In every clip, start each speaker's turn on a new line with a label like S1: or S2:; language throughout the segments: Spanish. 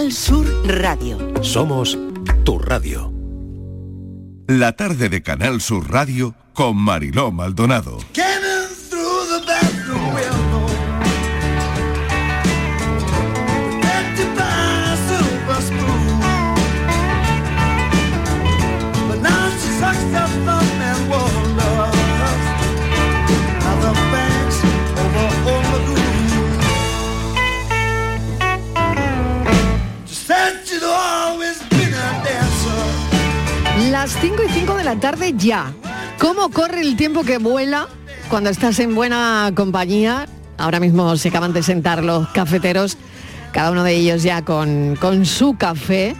S1: Canal Sur Radio.
S2: Somos tu radio.
S3: La tarde de Canal Sur Radio con Mariló Maldonado.
S4: Las 5 y 5 de la tarde ya. ¿Cómo corre el tiempo que vuela cuando estás en buena compañía? Ahora mismo se acaban de sentar los cafeteros, cada uno de ellos ya con, con su café.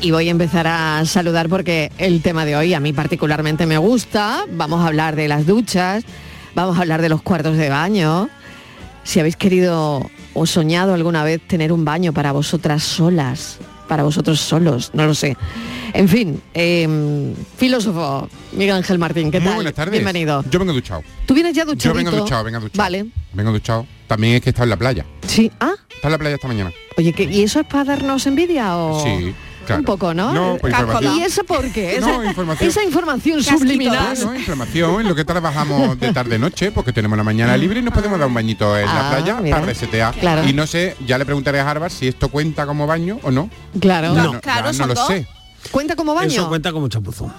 S4: Y voy a empezar a saludar porque el tema de hoy a mí particularmente me gusta. Vamos a hablar de las duchas, vamos a hablar de los cuartos de baño. Si habéis querido o soñado alguna vez tener un baño para vosotras solas, para vosotros solos, no lo sé. En fin, eh, filósofo Miguel Ángel Martín, ¿qué
S5: Muy
S4: tal?
S5: buenas tardes.
S4: Bienvenido.
S5: Yo vengo duchado.
S4: ¿Tú vienes ya
S5: Yo
S4: duchado?
S5: vengo duchado, vengo duchado.
S4: Vale.
S5: Vengo duchado. También es que está en la playa.
S4: Sí. Ah,
S5: Está en la playa esta mañana.
S4: oye, ¿qué- ¿y eso es para darnos envidia o...?
S5: Sí, claro.
S4: Oh. Un poco, ¿no?
S5: No, por información.
S4: ¿Y eso por qué? Esa
S5: No, información.
S4: esa información
S5: Casquito.
S4: subliminal.
S5: Bueno, información en lo que trabajamos de tarde noche, porque tenemos la mañana libre y nos podemos dar un bañito en
S4: Ah,
S5: la playa
S4: mira.
S5: para resetear.
S4: Claro.
S5: Y no sé, ya le preguntaré a Harvard si esto cuenta como baño o no.
S4: Claro.
S5: No, No, claro, ya no son lo dos. sé.
S4: ¿Cuenta como baño?
S6: Eso cuenta como chapuzón.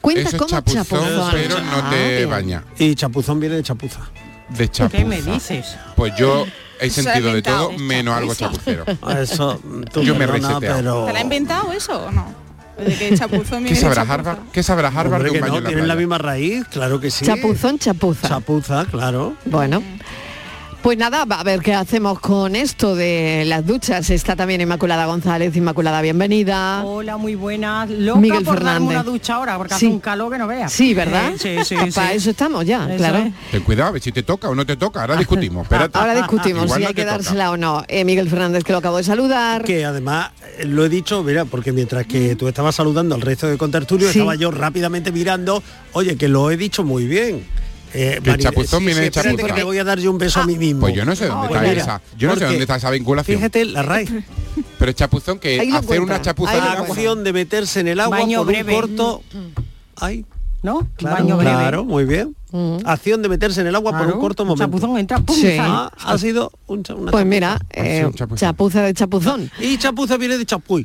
S4: Cuenta como chapuzón.
S5: pero no te
S4: Ah,
S5: baña.
S6: Y chapuzón viene de chapuza.
S5: De chapuza.
S7: ¿Qué me dices?
S5: Pues yo he
S7: Se ha
S5: sentido de
S7: inventado.
S5: todo menos algo chapucero.
S6: Ah, Eso, tú
S5: Yo me
S6: perdona,
S5: reseteo.
S6: pero...
S7: ¿Te la ha inventado eso o no? De que chapuzón
S5: ¿Qué
S7: viene
S5: sabrá
S7: chapuza.
S5: Harvard? ¿Qué sabrá Harvard
S6: Hombre,
S5: de un
S6: que
S5: baño
S6: no,
S5: en la
S6: tienen
S5: playa?
S6: la misma raíz, claro que sí.
S4: Chapuzón, chapuza.
S6: Chapuza, claro.
S4: Bueno. Pues nada, va a ver qué hacemos con esto de las duchas. Está también Inmaculada González. Inmaculada, bienvenida.
S8: Hola, muy buenas. Loca
S4: Miguel
S8: por darme
S4: Fernández.
S8: una ducha ahora, porque
S4: Sí.
S8: hace un calor que no veas.
S4: Sí, ¿verdad?
S8: Eh, Sí, sí,
S4: Para
S8: sí.
S4: Ah, eso estamos ya,
S8: Eso
S4: claro.
S8: es.
S5: Ten cuidado, a ver si te toca o no te toca. Ahora discutimos. Espérate.
S4: Ahora discutimos
S5: Igual
S4: si
S5: no
S4: hay que
S5: te toca.
S4: dársela o no. Eh, Miguel Fernández, que lo acabo de saludar.
S6: Que además eh, lo he dicho, mira, porque mientras que tú estabas saludando al resto de contertulios,
S4: Sí.
S6: estaba yo rápidamente mirando, oye, que lo he dicho muy bien. Eh,
S5: Que chapuzón viene de
S6: espérate
S5: chapuza.
S6: que me voy a dar yo un beso
S4: Ah.
S6: a mí mismo.
S5: Pues yo no sé dónde
S6: Pues
S5: está
S6: mira,
S5: esa. Yo no sé
S6: porque
S5: dónde está esa vinculación.
S6: Fíjate la raíz.
S5: Pero es chapuzón que
S4: Ahí
S5: eh, hacer
S4: lo encuentra,
S5: una chapuza
S4: ahí
S5: en
S4: lo
S5: el
S6: la
S5: agua.
S4: encuentra.
S6: acción de meterse en el agua
S8: Baño
S6: por
S8: breve.
S6: un corto. Ay,
S8: ¿No?
S4: Mm.
S6: claro,
S8: Baño breve.
S6: claro, muy bien. Acción de meterse en el agua por
S8: Claro.
S6: un corto momento.
S8: Chapuzón entra, pum,
S4: Sí.
S8: sale.
S6: Ah, ha sido un cha- una
S4: Pues
S6: chapuza.
S4: mira, eh,
S5: Ah, sí, un chapuzón.
S4: chapuza de chapuzón.
S6: Y chapuza viene de chapuy.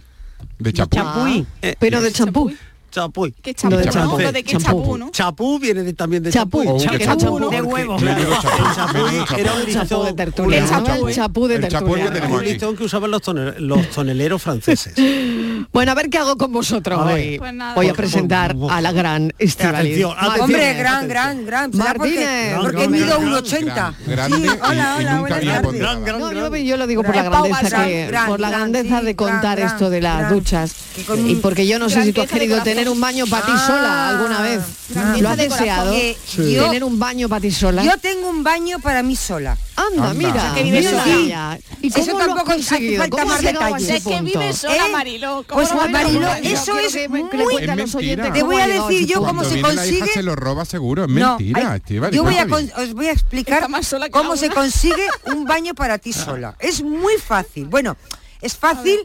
S5: de chapú.
S8: Chapuy.
S6: Eh,
S4: Pero de champú.
S6: Chapuy.
S7: ¿Qué chapú?
S4: Lo de
S7: no?
S4: chapú.
S7: Lo de qué
S4: Chapú.
S7: chapú, ¿no?
S6: Chapú viene de- también de
S4: Chapuy.
S6: chapuy.
S5: O un
S4: Chapuy,
S5: chapú.
S4: ¿no?
S8: de huevo.
S6: Claro,
S5: Menudo chapú,
S6: el
S5: menudo
S6: chapuy
S5: chapú.
S6: era un
S4: El chapú de
S6: listón,
S4: tertulia.
S7: El
S4: ¿no? El chapú,
S7: chapú.
S4: de
S5: El chapú
S4: tertulia.
S5: que
S6: era un
S5: aquí.
S6: listón que usaban los, tone- los toneleros franceses.
S4: Bueno, a ver qué hago con vosotros
S6: A ver.
S4: hoy.
S7: Pues nada.
S4: Voy a
S6: Por-
S4: presentar
S6: por-
S4: a la gran Estivaliz.
S6: Atención, atención.
S9: Hombre,
S6: Martínez,
S9: gran,
S6: atención.
S9: gran, gran. ¿Será
S4: Martínez.
S9: porque, porque
S6: Gran,
S9: mido
S6: gran,
S9: 1,80.
S5: Grande
S9: Sí,
S5: y,
S9: hola,
S5: y
S9: hola,
S5: nunca
S9: buenas
S5: bien
S9: tardes.
S5: ponderada.
S4: No, yo, yo lo digo
S9: Gran,
S4: por la
S9: gran,
S4: grandeza
S9: gran,
S4: que
S9: gran,
S4: por la
S9: gran,
S4: grandeza
S9: sí,
S4: de contar
S9: gran,
S4: esto de las
S9: gran.
S4: duchas
S9: Que con
S4: y
S9: un-
S4: porque yo no sé si tú has
S7: Grandeza de
S4: querido
S7: corazón.
S4: tener un baño para ti
S9: Ah,
S4: sola alguna vez.
S9: grandeza
S4: ¿Lo has
S9: de corazón.
S4: deseado?
S9: Que yo-
S4: Tener un baño para ti sola.
S9: Yo tengo un baño para mí sola.
S4: Anda,
S5: Anda.
S4: mira,
S5: Que
S9: vive
S4: mira
S9: sola.
S4: ya. ¿Y
S9: Eso
S4: cómo lo has
S9: tampoco hace
S4: conseguido?
S9: falta
S4: ¿Cómo has
S9: más
S4: llegado a
S9: detalles.
S4: ese
S9: Es
S7: que vive
S4: punto?
S7: sola. Hola,
S9: ¿Eh?
S7: Mariló, ¿cómo
S9: Pues
S7: lo
S4: Bueno,
S9: Mariló,
S4: bueno, yo
S9: eso
S4: quiero
S9: es
S4: que me- que le
S9: muy...
S4: cuente a los
S5: Es
S4: oyentes
S5: mentira.
S4: cómo
S9: Te voy
S4: ha
S9: a
S4: llegado a ese
S9: decir yo
S4: punto.
S9: cómo
S5: Cuando
S9: se
S5: viene la hija
S9: consigue-
S5: se lo roba seguro, es
S9: No,
S5: mentira,
S9: ay,
S5: Estíbaliz,
S9: yo voy a
S5: cuéntale.
S9: con- os voy a explicar
S7: Está más sola que la
S9: cómo se
S7: una.
S9: consigue un baño para ti sola.
S5: Ah.
S9: Es muy fácil. Bueno, es fácil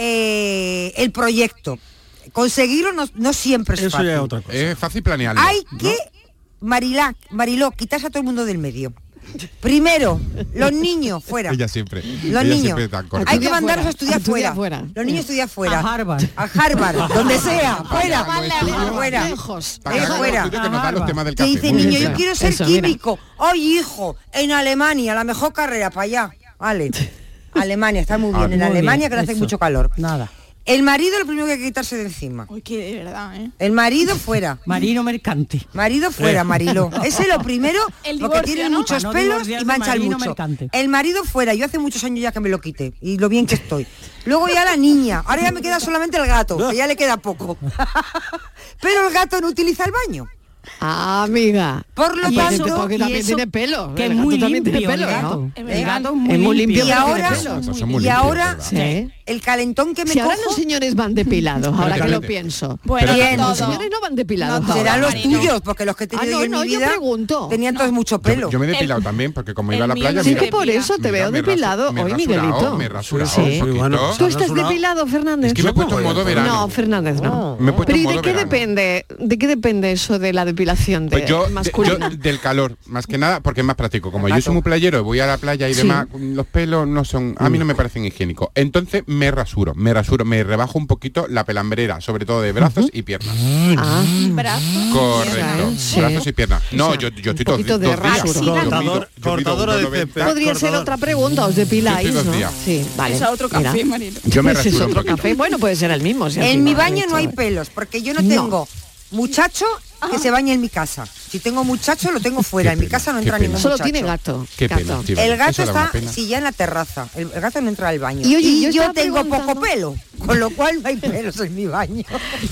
S9: eh, el proyecto. Conseguirlo no, no siempre es
S6: Eso
S9: fácil.
S6: ya es otra cosa.
S5: Es fácil planearlo.
S9: Hay
S5: ¿no?
S9: que, Marilá, Mariló, quitas a todo el mundo del medio. Primero, los niños fuera.
S5: Ella siempre.
S9: Los
S5: ella
S9: niños.
S5: siempre tan corta.
S9: Hay que
S4: Estudia
S9: mandarlos
S4: fuera,
S9: a estudiar
S4: estudia
S9: fuera.
S4: fuera.
S9: Los niños estudian fuera.
S8: A Harvard.
S9: A Harvard, donde sea. Fuera.
S5: Vale,
S9: Fuera.
S5: vale,
S9: Fuera.
S4: Lejos.
S5: Para que haga
S9: Eso
S5: como
S9: era.
S5: tú, que nos da los temas del
S9: Que
S5: café.
S9: dice
S5: Muy
S9: niño,
S5: bien.
S9: yo quiero ser
S4: Eso, mira.
S9: químico. Ay, hijo, en Alemania, la mejor carrera para allá. Vale. Alemania, está
S5: Ah,
S9: Ah, muy bien. En
S8: Muy
S9: Alemania
S8: bien,
S9: que no hace
S8: eso.
S9: mucho calor.
S8: Nada.
S9: El marido lo primero que hay que quitarse de encima.
S7: Uy, que de verdad, ¿eh?
S9: El marido fuera.
S8: Marino mercante.
S9: Marido fuera, Mariló. Ese es lo primero,
S7: El
S9: porque
S7: divorcio,
S9: tienen
S7: ¿no?
S9: muchos
S8: Para no
S9: pelos
S8: divorciar
S9: y
S8: de
S9: manchan
S8: marino
S9: mucho.
S8: mercante.
S9: El marido fuera, yo hace muchos años ya que me lo quité y lo bien que estoy. Luego ya la niña, ahora ya me queda solamente el gato, que ya le queda poco. Pero el gato no utiliza el baño.
S4: Ah, amiga.
S9: Por lo
S4: Y
S9: tanto,
S4: ese tipo que
S9: y
S4: también
S9: eso-
S4: tiene pelo.
S8: Que
S4: el
S8: es
S4: gato
S8: muy
S4: también tiene
S8: limpio el
S4: pelo,
S8: gato.
S4: ¿no?
S7: ¿Eh?
S8: El gato
S4: Es muy limpio,
S9: Y
S4: pero tiene
S9: ahora-
S5: Son
S4: pelo.
S5: muy
S9: y
S5: limpios,
S9: ahora-
S5: ¿verdad?
S4: Sí.
S9: El calentón que me
S4: Si ahora
S9: cojo
S4: los señores van depilados, ahora que lo
S5: Prácticamente.
S4: pienso.
S7: Bueno,
S9: Pero bien,
S7: no
S4: Los
S7: todo.
S4: señores no van depilados.
S7: No,
S4: ahora.
S9: serán los
S7: Marino.
S9: tuyos, porque los que he tenido
S4: Ah, no,
S9: yo en
S4: no,
S9: mi
S4: yo
S9: vida
S4: pregunto.
S9: tenían todos mucho pelo.
S5: Yo, yo me he
S7: El-
S5: depilado también, porque como
S7: el
S5: iba a la
S7: mío
S5: playa...
S7: no
S4: Sí
S7: mira,
S4: que por
S7: mira,
S4: eso te
S5: mira,
S4: veo
S5: me he rasu-
S4: depilado
S5: me he
S4: hoy,
S5: rasurado,
S4: Miguelito.
S5: me he rasurado
S4: Sí.
S5: un poquito.
S6: Pero bueno,
S4: ¿Tú
S6: ¿Has
S4: estás
S6: rasurado?
S4: depilado, Fernández?
S5: Es que me he puesto en modo verano.
S4: No, Fernández no.
S5: Me he puesto
S4: Pero
S5: en
S4: ¿y de
S5: modo
S4: qué
S5: verano.
S4: depende? ¿De qué depende eso de la depilación de
S5: Pues yo, de-
S4: masculina?
S5: yo del calor, más que nada, porque es más práctico. Como yo soy muy playero, y voy a la playa y
S4: Sí. Mm.
S5: demás, los pelos no son, a mí no me parecen higiénicos. Entonces me rasuro, me rasuro, me rebajo un poquito la pelambrera, sobre todo de brazos y piernas.
S4: Ah,
S7: Brazo.
S5: Correcto,
S4: Sí.
S5: brazos y piernas.
S4: O
S5: No,
S4: sea,
S5: yo, yo
S4: un
S5: estoy dos,
S4: poquito de
S5: dos días.
S4: rasura.
S5: Yo mido-
S6: Cortador-
S5: yo mido
S6: cortadora de
S5: 1,90.
S6: césped.
S4: podría ser
S6: Cortador.
S4: otra pregunta, os depiláis,
S5: Yo estoy
S4: ¿no?
S5: dos días.
S4: Sí, vale.
S7: Es a otro café,
S4: mira.
S7: Marino.
S5: Yo me
S4: Pues es
S5: rasuro un
S4: otro
S5: poquito.
S4: café. Bueno, puede ser el mismo. si al
S9: En
S4: final
S9: mi
S4: lo han
S9: baño no
S4: hecho.
S9: hay pelos, porque yo no
S4: No.
S9: tengo muchacho que se baña en mi casa. Si tengo muchacho, lo tengo fuera.
S5: Qué
S9: En mi
S5: pena,
S9: casa no
S5: qué
S9: entra
S5: pena.
S9: ningún
S4: Solo
S9: muchacho.
S4: tiene gato.
S5: Qué
S4: gato.
S5: pena, tío.
S9: El gato
S5: Eso da una
S9: está,
S5: pena.
S9: si ya en la terraza, el, el gato no entra al baño.
S4: Y oye, yo
S9: yo
S4: estaba
S9: tengo poco
S4: preguntando-
S9: pelo, con lo cual no hay pelos en mi baño.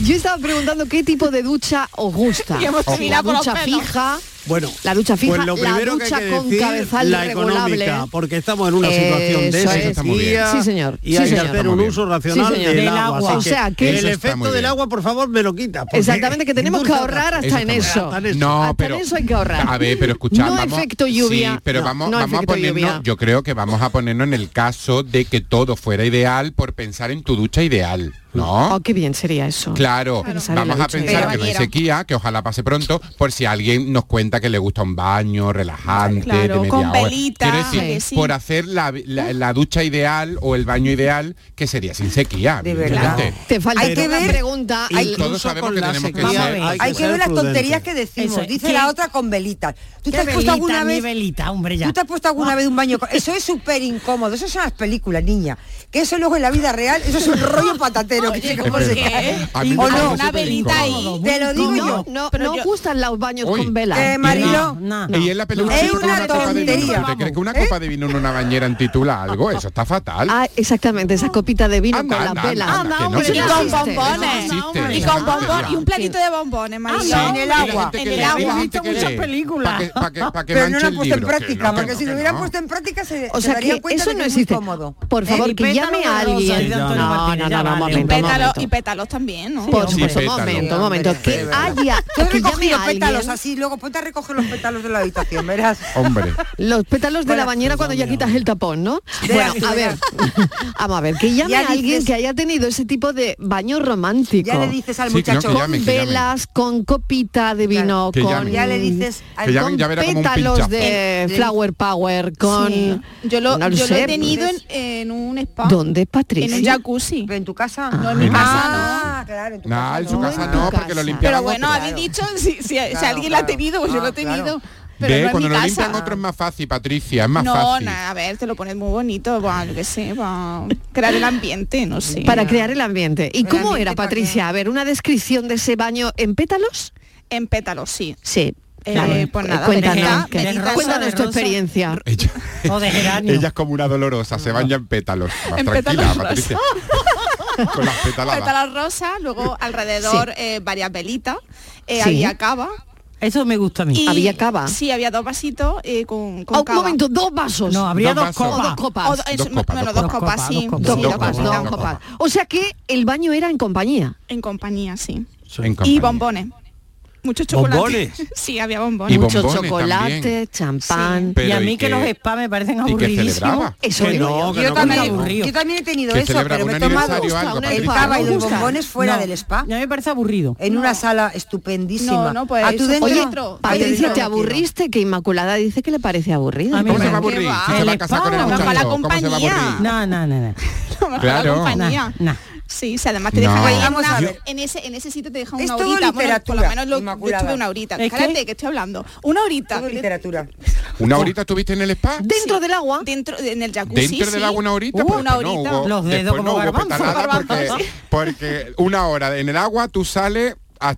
S4: Yo estaba preguntando qué tipo de ducha os gusta.
S7: Y hemos
S4: la
S7: terminado por los
S4: ducha
S7: pelos.
S4: fija,
S6: Bueno,
S4: la ducha fija,
S6: pues lo
S4: la
S6: primero
S4: ducha
S6: que hay que
S4: con
S6: decir,
S4: cabezal
S6: la
S4: regulable.
S6: económica, porque estamos en una
S4: Eso
S6: situación de
S4: es.
S5: Eso está muy bien.
S6: sequía
S4: Sí, señor.
S6: y
S4: Sí,
S6: hay
S4: señor.
S6: que hacer
S5: Está
S6: un
S5: muy bien.
S6: uso racional
S4: Sí, señor.
S6: del,
S8: Del
S6: agua.
S8: agua.
S6: así
S4: O sea, que-
S6: el
S5: Eso está
S6: efecto
S5: muy
S6: del
S5: bien.
S6: agua, por favor, me lo quita. porque
S4: Exactamente, que tenemos que
S6: indulta
S4: ahorrar
S5: Eso
S4: hasta
S5: está
S4: en
S5: muy bien.
S4: eso.
S6: Hasta en eso.
S5: No,
S4: hasta
S5: pero
S4: en eso hay que ahorrar.
S5: A ver, pero escuchad,
S4: No
S5: vamos,
S4: efecto lluvia.
S5: Sí, pero
S4: No,
S5: vamos,
S4: no
S5: vamos a
S4: efecto
S5: ponernos,
S4: lluvia.
S5: yo creo que vamos a ponernos en el caso de que todo fuera ideal por pensar en tu ducha ideal, ¿no?
S4: Oh, qué bien sería eso.
S5: Claro,
S4: Pensar en la
S5: vamos a
S4: ducha
S5: pensar
S4: ideal.
S5: que no hay
S7: Bañera.
S5: sequía, que ojalá pase pronto, por si alguien nos cuenta que le gusta un baño relajante,
S7: Claro,
S5: de media
S7: con
S5: hora.
S7: velita,
S5: Quiero decir,
S7: que sí.
S5: por hacer la, la- la ducha ideal o el baño ideal, que sería sin sequía.
S9: De verdad.
S5: evidentemente.
S4: Te falta
S9: Hay que
S4: una
S9: ver-
S4: pregunta.
S6: Y
S4: el-
S5: Todos
S6: incluso
S5: sabemos
S6: con
S5: que
S6: la
S5: tenemos que
S6: sequía
S5: ser-
S6: hay
S9: Hay que
S6: ser
S9: ver las
S6: prudentes.
S9: tonterías que decimos.
S8: Eso es.
S9: Dice
S8: ¿Qué?
S9: la otra con velitas. ¿Tú te
S8: ¿Qué
S9: has puesto
S8: velita,
S9: alguna
S8: ni
S9: vez?
S8: velita, hombre, ya. Ah.
S9: ¿Tú te has puesto alguna vez un baño? con- Eso es súper incómodo. Eso son las películas, niña. Que eso luego en la vida real, eso es un rollo patatero. que sé
S7: Oye,
S9: cómo
S7: ¿por
S9: se
S7: qué?
S9: cae.
S5: A mí me
S9: O
S5: parece
S9: no.
S7: Una
S5: súper
S7: velita
S5: incómodo.
S7: ahí.
S9: Te lo digo
S4: no,
S9: yo.
S4: no,
S7: Pero
S4: no
S7: yo-
S4: gustan los baños
S5: Uy.
S4: con velas.
S9: Eh, Marilo,
S8: No, no.
S5: Y es la peluca
S9: Es
S5: con
S9: una
S5: copa de vino.
S9: tontería,
S5: ¿Te crees que una
S7: ¿eh?
S9: vamos.
S5: copa de vino en una bañera en titula algo? Eso está fatal.
S4: Ah, exactamente, esa copita de vino
S5: Anda,
S4: con
S9: Ah,
S5: anda,
S4: las velas.
S5: anda, anda, que no,
S4: Eso
S5: que
S7: Y
S5: no
S7: con
S4: existe.
S7: bombones.
S5: No existe,
S7: Y
S5: eso
S7: con
S5: no
S7: bombones.
S5: existe.
S7: Y un platito de bombones, María.
S9: Ah, no, en el agua,
S7: en el agua.
S8: muchas películas.
S5: Para que, pa' que- pa' que
S9: Pero no
S5: manche
S9: lo han
S5: el
S9: puesto
S5: libro,
S9: en
S5: que
S9: práctica,
S5: no, que no,
S9: porque si
S5: que
S9: lo hubieran
S5: no.
S9: puesto en práctica se,
S4: O
S9: se
S4: sea
S9: daría
S4: que
S9: cuenta
S4: eso
S9: de
S4: no
S9: que es
S4: existe.
S9: muy cómodo. Eh,
S4: Por favor,
S6: Y
S4: que
S6: pétalo
S4: llame
S6: de
S4: a
S6: rosa,
S4: alguien.
S6: y de
S4: No,
S6: Antonio
S4: no, no,
S6: Martínez,
S4: no,
S6: ya
S4: no,
S6: vale,
S7: Y
S4: momento,
S6: hombre.
S7: pétalos,
S4: momento.
S7: y pétalos también, ¿no?
S4: Por
S5: Sí,
S4: supuesto,
S5: pétalo.
S4: momento,
S9: Sí,
S4: momento.
S9: hombre, de
S4: Que
S9: verdad.
S4: haya,
S9: Yo he
S4: que llame
S9: recogido
S4: a
S9: pétalos
S4: alguien.
S9: así, luego ponte a recoger los pétalos de la habitación, verás.
S5: Hombre,
S4: Los pétalos de la
S6: Bueno,
S4: bañera
S6: pues,
S4: cuando ya
S6: hombre,
S4: quitas
S6: hombre.
S4: el tapón, ¿no?
S9: Ya,
S4: Bueno,
S9: ya.
S4: a ver, vamos a ver, que llame
S9: Ya
S4: a alguien
S9: dices-
S4: que haya tenido ese tipo de baño romántico.
S9: Ya le dices al
S5: Sí, que no,
S9: muchacho,
S5: que llame.
S4: con velas, con copita de vino,
S5: Claro. Que
S4: con
S5: llame.
S9: ya le dices al
S5: Que llamen,
S4: con
S5: ya verá como un
S4: pétalos
S5: pinchazo.
S4: de
S9: El- del-
S4: flower power, con
S7: Sí. Yo lo,
S4: no lo
S7: yo lo
S4: sé.
S7: he tenido en, en un spa.
S4: ¿Dónde, Patricia?
S7: En un jacuzzi.
S9: ¿En tu casa?
S4: No,
S7: en mi casa
S9: Ah, claro, en tu
S5: nah,
S9: casa
S5: en su
S9: no.
S5: casa
S4: en
S5: no,
S4: tu
S5: porque lo
S4: casa.
S5: limpian.
S7: Pero bueno,
S9: claro.
S7: habéis dicho si, si- si
S9: Claro,
S7: alguien la ha
S9: claro.
S7: tenido, pues yo
S9: Ah,
S7: lo he tenido.
S9: claro.
S7: Pero no en
S5: cuando
S7: mi
S5: lo
S7: casa.
S5: limpian otro es más fácil, Patricia, es más
S7: no,
S5: fácil.
S7: nada, a ver, te lo pones muy bonito, bueno, yo qué sé, para crear el ambiente, no sé.
S4: Para crear el ambiente. ¿Y
S9: El
S4: cómo
S9: ambiente
S4: era,
S9: para que-
S4: Patricia? A ver, una descripción de ese baño en pétalos.
S7: En pétalos, sí.
S4: Sí.
S7: Eh,
S4: Vale.
S7: pues nada,
S4: cuéntanos,
S7: vereda,
S4: que-
S8: vereda,
S4: cuéntanos
S8: rosa,
S4: tu
S8: de rosa.
S4: experiencia.
S5: Ella,
S8: O de geranio.
S5: ella es como una dolorosa, se baña en pétalos. Más
S7: En
S5: tranquila,
S7: pétalos rosas.
S5: Patricia. Con las pétalas.
S7: Pétalos rosa, luego alrededor eh, varias velitas, eh,
S4: Sí.
S7: había cava.
S8: Eso me gusta a mí.
S7: y-
S4: ¿Había cava?
S7: Sí, había dos vasitos eh, con, con
S4: Ah, un
S7: cava.
S4: momento, dos vasos. Ah.
S8: No, habría
S5: Dos
S8: dos
S5: vasos.
S4: O dos
S8: copas.
S4: copas.
S7: O do- eso,
S5: Dos copas,
S7: bueno,
S5: dos
S7: dos
S8: copas.
S7: copas, sí.
S8: Dos copas,
S4: Dos
S7: sí,
S5: dos
S4: copas,
S5: copas,
S4: dos
S5: dos
S4: copas. O sea que el baño era en compañía.
S7: En compañía, sí.
S5: En
S7: Y
S5: compañía.
S7: bombones. Muchos chocolates.
S6: ¿Bombones?
S7: sí, había
S5: Y
S7: bombones.
S5: bo-
S4: Mucho
S5: bombones
S4: chocolate,
S5: también.
S4: champán.
S5: Pero
S8: y a
S5: ¿y
S8: mí que
S5: qué-
S8: los spas me parecen
S5: ¿Y que
S8: aburridísimos.
S5: celebraba?
S4: Eso
S6: Que no,
S4: digo yo.
S6: que
S9: Yo
S6: no,
S9: también,
S6: que no.
S8: aburrido.
S9: yo también he tenido
S5: Que
S9: eso,
S5: celebraba
S9: pero
S5: un
S9: me he tomado
S5: aniversario o algo,
S4: Una
S9: el
S5: Patricia.
S9: cava y
S4: Me
S9: los
S4: gusta.
S9: bombones fuera
S8: No,
S9: del spa.
S8: No me parece aburrido.
S9: En una sala estupendísima.
S7: No, no, pues
S9: ¿A tú
S7: eso
S9: dentro?
S7: fue
S4: Oye,
S7: dentro.
S4: Patricia,
S7: Dentro.
S4: ¿te aburriste? Que Inmaculada dice que le parece aburrido.
S8: A mí
S5: ¿Cómo se va a
S8: Qué
S5: aburrir?
S7: va.
S5: Si se va a
S8: El
S5: casar con el
S8: spa,
S5: muchacho.
S7: mala
S5: ¿Cómo se va a
S7: compañía.
S5: aburrir?
S8: No, no, no, no.
S5: Claro.
S7: claro. compañía.
S8: Nah, nah.
S7: Sí, o sea, además te deja
S5: No.
S7: ahí
S9: Vamos
S7: una-
S9: a ver.
S7: en ese en ese sitio te deja
S9: Es
S7: una
S9: todo
S7: horita, bueno, por lo
S9: literatura,
S7: menos lo, yo
S9: Inmaculada.
S7: estuve una horita.
S8: ¿Es
S7: Cállate,
S8: qué?
S7: que estoy hablando. Una horita
S9: Todo literatura.
S5: ¿Una horita estuviste en el spa?
S4: Dentro del agua.
S7: dentro en el jacuzzi.
S5: Dentro
S7: sí.
S5: del agua una horita,
S7: Uh,
S5: pues
S7: una
S5: después no
S7: horita.
S5: hubo-
S8: Los dedos
S5: después
S8: como
S5: no hubo
S8: garbanzo.
S5: petalada porque,
S7: Garbanzo, sí.
S5: porque una hora en el agua tú sales a-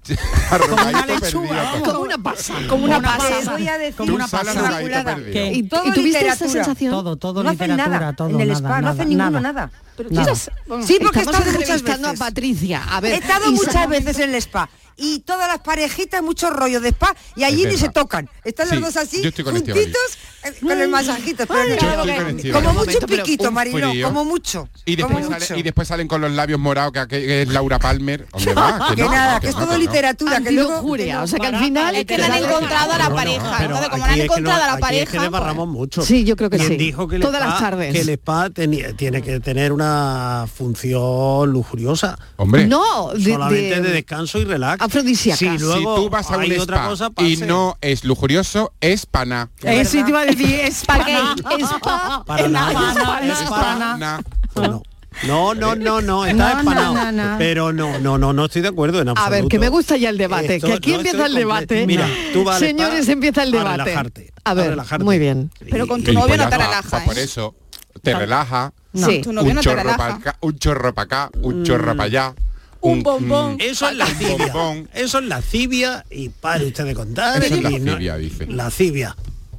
S5: arrugadito perdido.
S4: Como una pasa.
S7: como una pasa.
S9: Te voy a decir,
S5: Como una pasa arrugadito
S9: Inmaculada,
S5: perdido.
S8: ¿Qué?
S4: ¿Y,
S9: Todo
S4: y tuviste esa
S9: literatura.
S4: sensación?
S8: Todo, todo,
S9: no hacen
S8: literatura,
S9: nada
S8: todo,
S9: en el
S8: nada,
S9: spa, no
S8: nada,
S9: hacen ninguno
S8: nada.
S9: nada.
S7: Pero
S8: Nada.
S7: quizás- bueno,
S9: Sí, porque he
S4: Estamos
S9: estado muchas
S4: entrevistando a
S9: veces.
S4: Patricia. A ver,
S9: He estado
S4: y
S9: muchas
S4: saca-
S9: veces en el spa y todas las parejitas, muchos rollos de spa y allí
S5: Es
S9: ni se
S5: verdad.
S9: tocan. Están
S5: Sí,
S9: las dos así,
S5: yo estoy con este
S9: juntitos, eh, con el masajito. pero
S5: Yo estoy con este
S9: como
S5: Mariló.
S9: mucho
S4: Momento, pero
S9: piquito,
S4: un
S9: Mariló,
S5: frío.
S9: como mucho.
S5: Y
S9: como
S5: después,
S9: mucho.
S5: sale- y después salen con los labios morados, que, aquel- que es Laura Palmer. Hombre, va,
S9: que
S5: no,
S9: nada,
S5: no,
S9: que es
S5: no,
S9: todo
S5: no.
S9: literatura, que luego...
S4: Antilujuria, o sea que al
S8: barata,
S4: final...
S7: Es que no han
S4: Claro.
S7: encontrado a la pareja. Entonces, como no han
S6: aquí es que
S7: encontrado a la
S6: aquí es que
S7: pareja,
S6: desbarramos
S7: pues-
S6: mucho.
S4: Sí, yo creo que
S6: Quien
S4: sí.
S6: dijo que el
S4: Todas
S6: spa-
S4: las tardes.
S6: Que el spa tenía- tiene que tener una función lujuriosa.
S5: Hombre,
S4: No, de-
S6: solamente de,
S4: de-
S6: descanso y relax.
S4: Afrodisíaca.
S6: Si luego
S5: si tú vas a un
S6: hay
S5: spa
S6: otra cosa,
S5: y
S6: pase.
S5: no es lujurioso, es pana.
S8: Eso te iba a decir, es
S7: ¿Para
S8: para
S7: qué?
S4: Es pa-
S6: Para
S4: es
S6: nada.
S4: pa- es pa-
S8: Es
S5: Es
S8: pana.
S5: pana.
S6: Pues no. No, no, no, no, está
S8: No,
S6: empanado.
S8: no, no, no.
S6: Pero no, no, no, no estoy de acuerdo en absoluto.
S4: A ver, que me gusta ya el debate,
S6: Esto-
S4: que aquí
S6: no,
S4: empieza
S6: estoy
S4: el debate.
S6: completo. Mira, tú vas al spa
S4: Señores, empieza el debate.
S6: A relajarte.
S4: A ver,
S6: relajarte.
S4: muy bien.
S7: Pero con
S5: Y
S7: tu novio
S5: pues
S7: no
S5: ya
S7: te
S5: está,
S7: relajas.
S5: pues por eso, te relaja.
S4: No.
S7: Sí. Tu novio
S5: un
S7: no te
S5: chorro para
S7: relaja.
S5: acá, un chorro para acá, un chorro para allá.
S7: Un bombón.
S6: Mm, Eso es lascivia.
S5: bombón.
S6: Eso es lascivia y pare usted de contar.
S5: Eso es
S6: y no-
S5: lascivia, dice.
S6: Lascivia.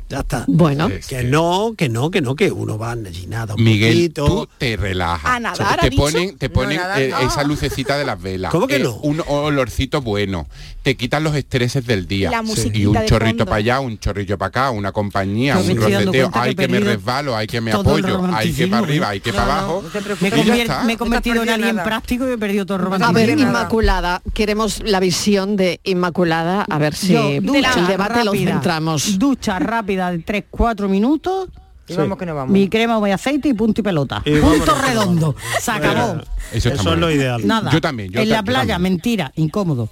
S6: Ya está.
S4: Bueno,
S5: Es
S6: Que
S5: que-
S6: no, que no, que no, que uno va allí nada, un
S5: Miguel,
S6: poquito.
S5: tú te relajas.
S7: ¿A nadar, ha
S5: te
S7: dicho?
S5: ponen, te ponen
S9: nadar
S5: eh,
S9: no.
S5: esa lucecita de las velas.
S6: ¿Cómo que
S5: eh,
S6: no?
S5: Un olorcito bueno. Te quitan los estreses del día.
S7: La musiquita
S5: y un
S7: de
S5: chorrito
S7: fondo.
S5: para allá, un chorrillo para acá, una compañía,
S8: Yo me
S5: un
S8: estoy dando
S5: roceteo.
S8: cuenta que
S5: Ay,
S8: he
S5: que me
S8: perdido
S5: resbalo, ay, que me
S8: todo el
S5: apoyo, ay, que para
S8: romanticismo,
S5: arriba,
S8: ¿eh?
S5: ay, que para abajo.
S9: no te
S8: Me,
S5: y
S9: preocupes.
S5: ya
S8: convier-
S5: está.
S8: me he convertido en
S9: perdiendo
S8: alguien
S9: nada.
S8: práctico y he perdido todo el
S4: a
S8: romanticismo.
S4: ver,
S9: Inmaculada.
S4: Inmaculada, queremos la visión de Inmaculada, a ver si
S8: Yo, ducha
S4: el debate lo
S8: rápida,
S4: centramos.
S8: Ducha rápida de 3-4 minutos.
S9: Y vamos que no vamos.
S8: Mi crema, voy aceite y punto y pelota.
S6: Y vámonos,
S8: punto
S6: vámonos.
S8: redondo. Se acabó.
S6: Bueno,
S5: Eso
S6: Eso,
S5: está
S6: es
S5: mal.
S6: lo ideal.
S8: Nada.
S5: Yo también, yo
S8: en
S5: ta-
S8: la
S5: yo
S8: playa,
S5: también.
S8: mentira, incómodo.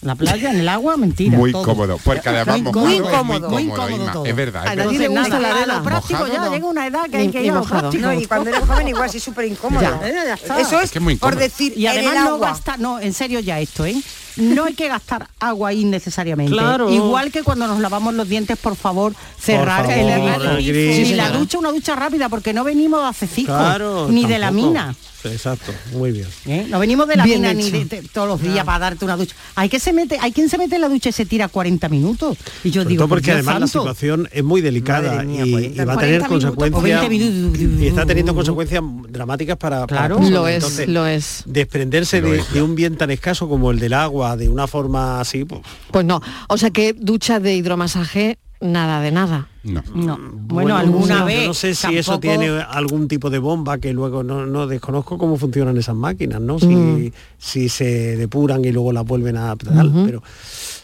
S8: La playa, en el agua, mentira.
S5: muy
S8: todo.
S5: cómodo. Porque además
S8: Muy
S5: mojado es muy
S8: incómodo,
S5: cómodo, ¿eh?
S8: muy incómodo
S5: Inma.
S8: todo.
S5: Es verdad.
S4: A
S5: es
S4: nadie
S5: verdad.
S4: le gusta la arena.
S8: Lo práctico
S5: Mojado
S8: ya,
S5: no.
S8: llega una edad que
S4: Ni-
S8: hay que
S4: ni
S8: ir a lo
S4: mojado.
S8: práctico.
S9: No, y cuando eres joven igual, sí, súper incómodo.
S4: Ya.
S9: Eso es,
S5: Es que es muy
S9: por
S5: incómodo.
S9: decir,
S8: Y además
S9: en el
S8: no
S9: agua.
S8: gastar, no, en serio ya esto, ¿eh? No hay que gastar agua innecesariamente.
S6: Claro.
S8: Igual que cuando nos lavamos los dientes, por favor, cerrar
S6: favor,
S8: el grifo.
S6: Cris.
S8: Si
S6: Sí,
S8: la
S6: señora.
S8: ducha, una ducha rápida, porque no venimos de acecico,
S6: Claro.
S8: ni de la
S6: tampoco.
S8: mina.
S6: Exacto, muy bien.
S8: ¿eh? No venimos de la
S4: Bien
S8: mina ni
S4: hecho.
S8: de, te- todos los días para darte una ducha. Hay que se mete, hay quien se mete en la ducha y se tira 40 minutos. Y yo
S6: Sobre
S8: digo,
S6: todo porque
S8: por Dios
S6: además la
S8: santo.
S6: situación es muy delicada
S9: Madre mía,
S6: y,
S9: 40,
S6: y va a
S7: 40
S6: tener
S7: minutos,
S8: o 20
S6: consecuencias
S8: minutos.
S6: y está teniendo consecuencias dramáticas para para
S8: Claro.
S6: personas.
S4: Lo es,
S6: Entonces,
S4: lo es.
S6: desprenderse
S5: Lo
S6: de,
S5: es.
S6: de un bien tan escaso como el del agua de una forma así pues,
S4: Pues no, o sea que ducha de hidromasaje, nada de nada.
S5: No.
S8: No.
S9: Mm,
S8: Bueno, alguna
S6: no,
S8: vez.
S6: yo no sé si eso
S8: tampoco-
S6: tiene algún tipo de bomba que luego no, no desconozco cómo funcionan esas máquinas no si, si se depuran y luego las vuelven a tal, pero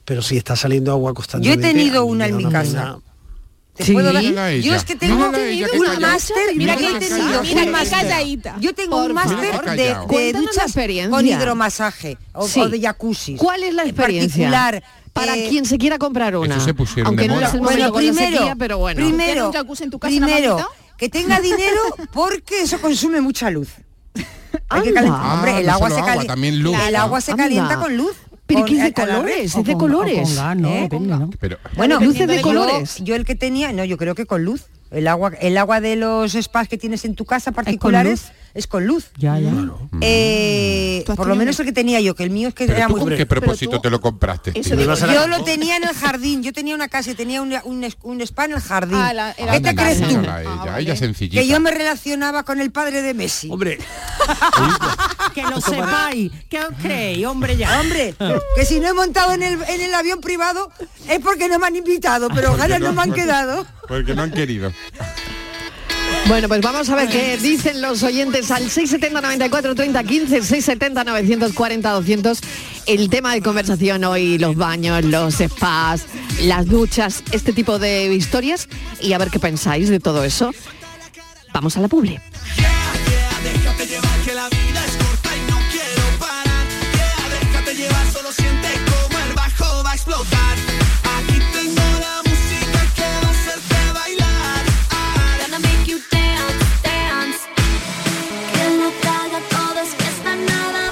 S6: pero si está saliendo agua constantemente
S9: tenido
S6: a mí me
S9: una en
S6: da
S9: mi casa.
S4: Sí.
S9: Te puedo dar-
S4: Mírala
S9: Yo
S5: ella.
S9: es que tengo
S5: Mírala ella, que
S9: una
S5: callada.
S9: máster,
S7: Mira
S9: mira que
S7: que
S9: he tenido.
S7: mira que
S9: una
S7: más
S9: máster.
S7: calladita.
S9: Yo tengo
S4: Por
S9: un máster
S5: favor.
S9: de, de
S4: Cuéntanos la
S9: duchas
S4: experiencia.
S9: con hidromasaje o,
S4: Sí.
S9: o de jacuzzi.
S4: ¿Cuál es la
S9: En
S4: experiencia?
S9: particular,
S4: para
S9: eh,
S4: quien se quiera comprar una.
S5: se pusieron
S4: Aunque
S5: de
S4: no
S5: moda.
S4: es el momento
S9: Bueno,
S4: con la
S9: primero,
S4: sequía, pero bueno.
S9: primero,
S7: ¿Tienes un jacuzzi en tu casa,
S9: primero,
S7: Manolito?
S9: que tenga dinero porque eso consume mucha luz. Hay que
S4: Anda.
S9: calentar. Hombre,
S5: Ah,
S9: el
S5: no
S9: agua
S5: solo
S9: se
S5: agua,
S9: calienta.
S5: también luz,
S9: El
S5: ¿no?
S9: agua se
S4: Anda.
S9: calienta con luz.
S4: Pero
S9: con-
S4: que es de
S9: a- a la vez.
S4: colores, es
S8: con-
S4: de
S8: o
S4: colores.
S8: con gas, no,
S9: ¿Eh?
S8: depende, ¿no?
S5: Pero,
S9: Bueno,
S4: Luces de
S9: yo-
S4: colores.
S9: Yo el que tenía, no, yo creo que con luz. El agua, el agua de los spas que tienes en tu casa particulares
S8: luz?
S9: es con luz.
S8: Ya, ya.
S9: Eh,
S7: ¿Tú has
S9: por lo
S7: tenido
S9: menos el que tenía yo, que el mío es que
S5: Mm. pero
S9: era
S5: tú
S9: muy
S5: con qué propósito te lo compraste?
S7: Eso
S5: tío?
S7: digo
S6: Ibas a la-
S9: Yo lo tenía en el jardín, yo tenía una casa y tenía un, un, es- un spa en el jardín.
S7: Ah, la- era
S9: ¿Qué
S5: Anda,
S9: te crees tú?
S5: mírala a ella,
S7: Ah, vale.
S5: ella sencillita.
S9: Que yo me relacionaba con el padre de Messi.
S6: hombre
S8: Que lo sepáis. ¿Qué os creéis, hombre ya?
S9: Hombre, que si no he montado en el, en el avión privado es porque no me han invitado, pero ganas no me han quedado.
S5: Porque no han querido.
S4: Bueno, pues vamos a ver qué dicen los oyentes al 670-94-30-15, 670-940-200. El tema de conversación hoy, los baños, los spas, las duchas, este tipo de historias. Y a ver qué pensáis de todo eso. Vamos a la publi.
S1: Gonna make you dance, dance. Que la traga todo es fiesta nada más.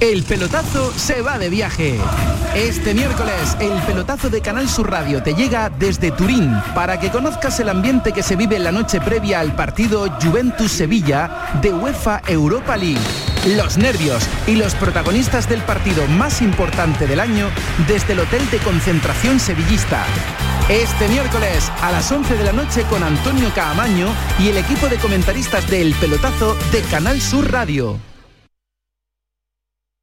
S10: El pelotazo se va de viaje. Este miércoles, el pelotazo de Canal Sur Radio te llega desde Turín para que conozcas el ambiente que se vive en la noche previa al partido Juventus-Sevilla de UEFA Europa League. Los nervios y los protagonistas del partido más importante del año desde el Hotel de Concentración Sevillista. Este miércoles a las 11 de la noche con Antonio Caamaño y el equipo de comentaristas del pelotazo de Canal Sur Radio.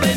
S11: vente,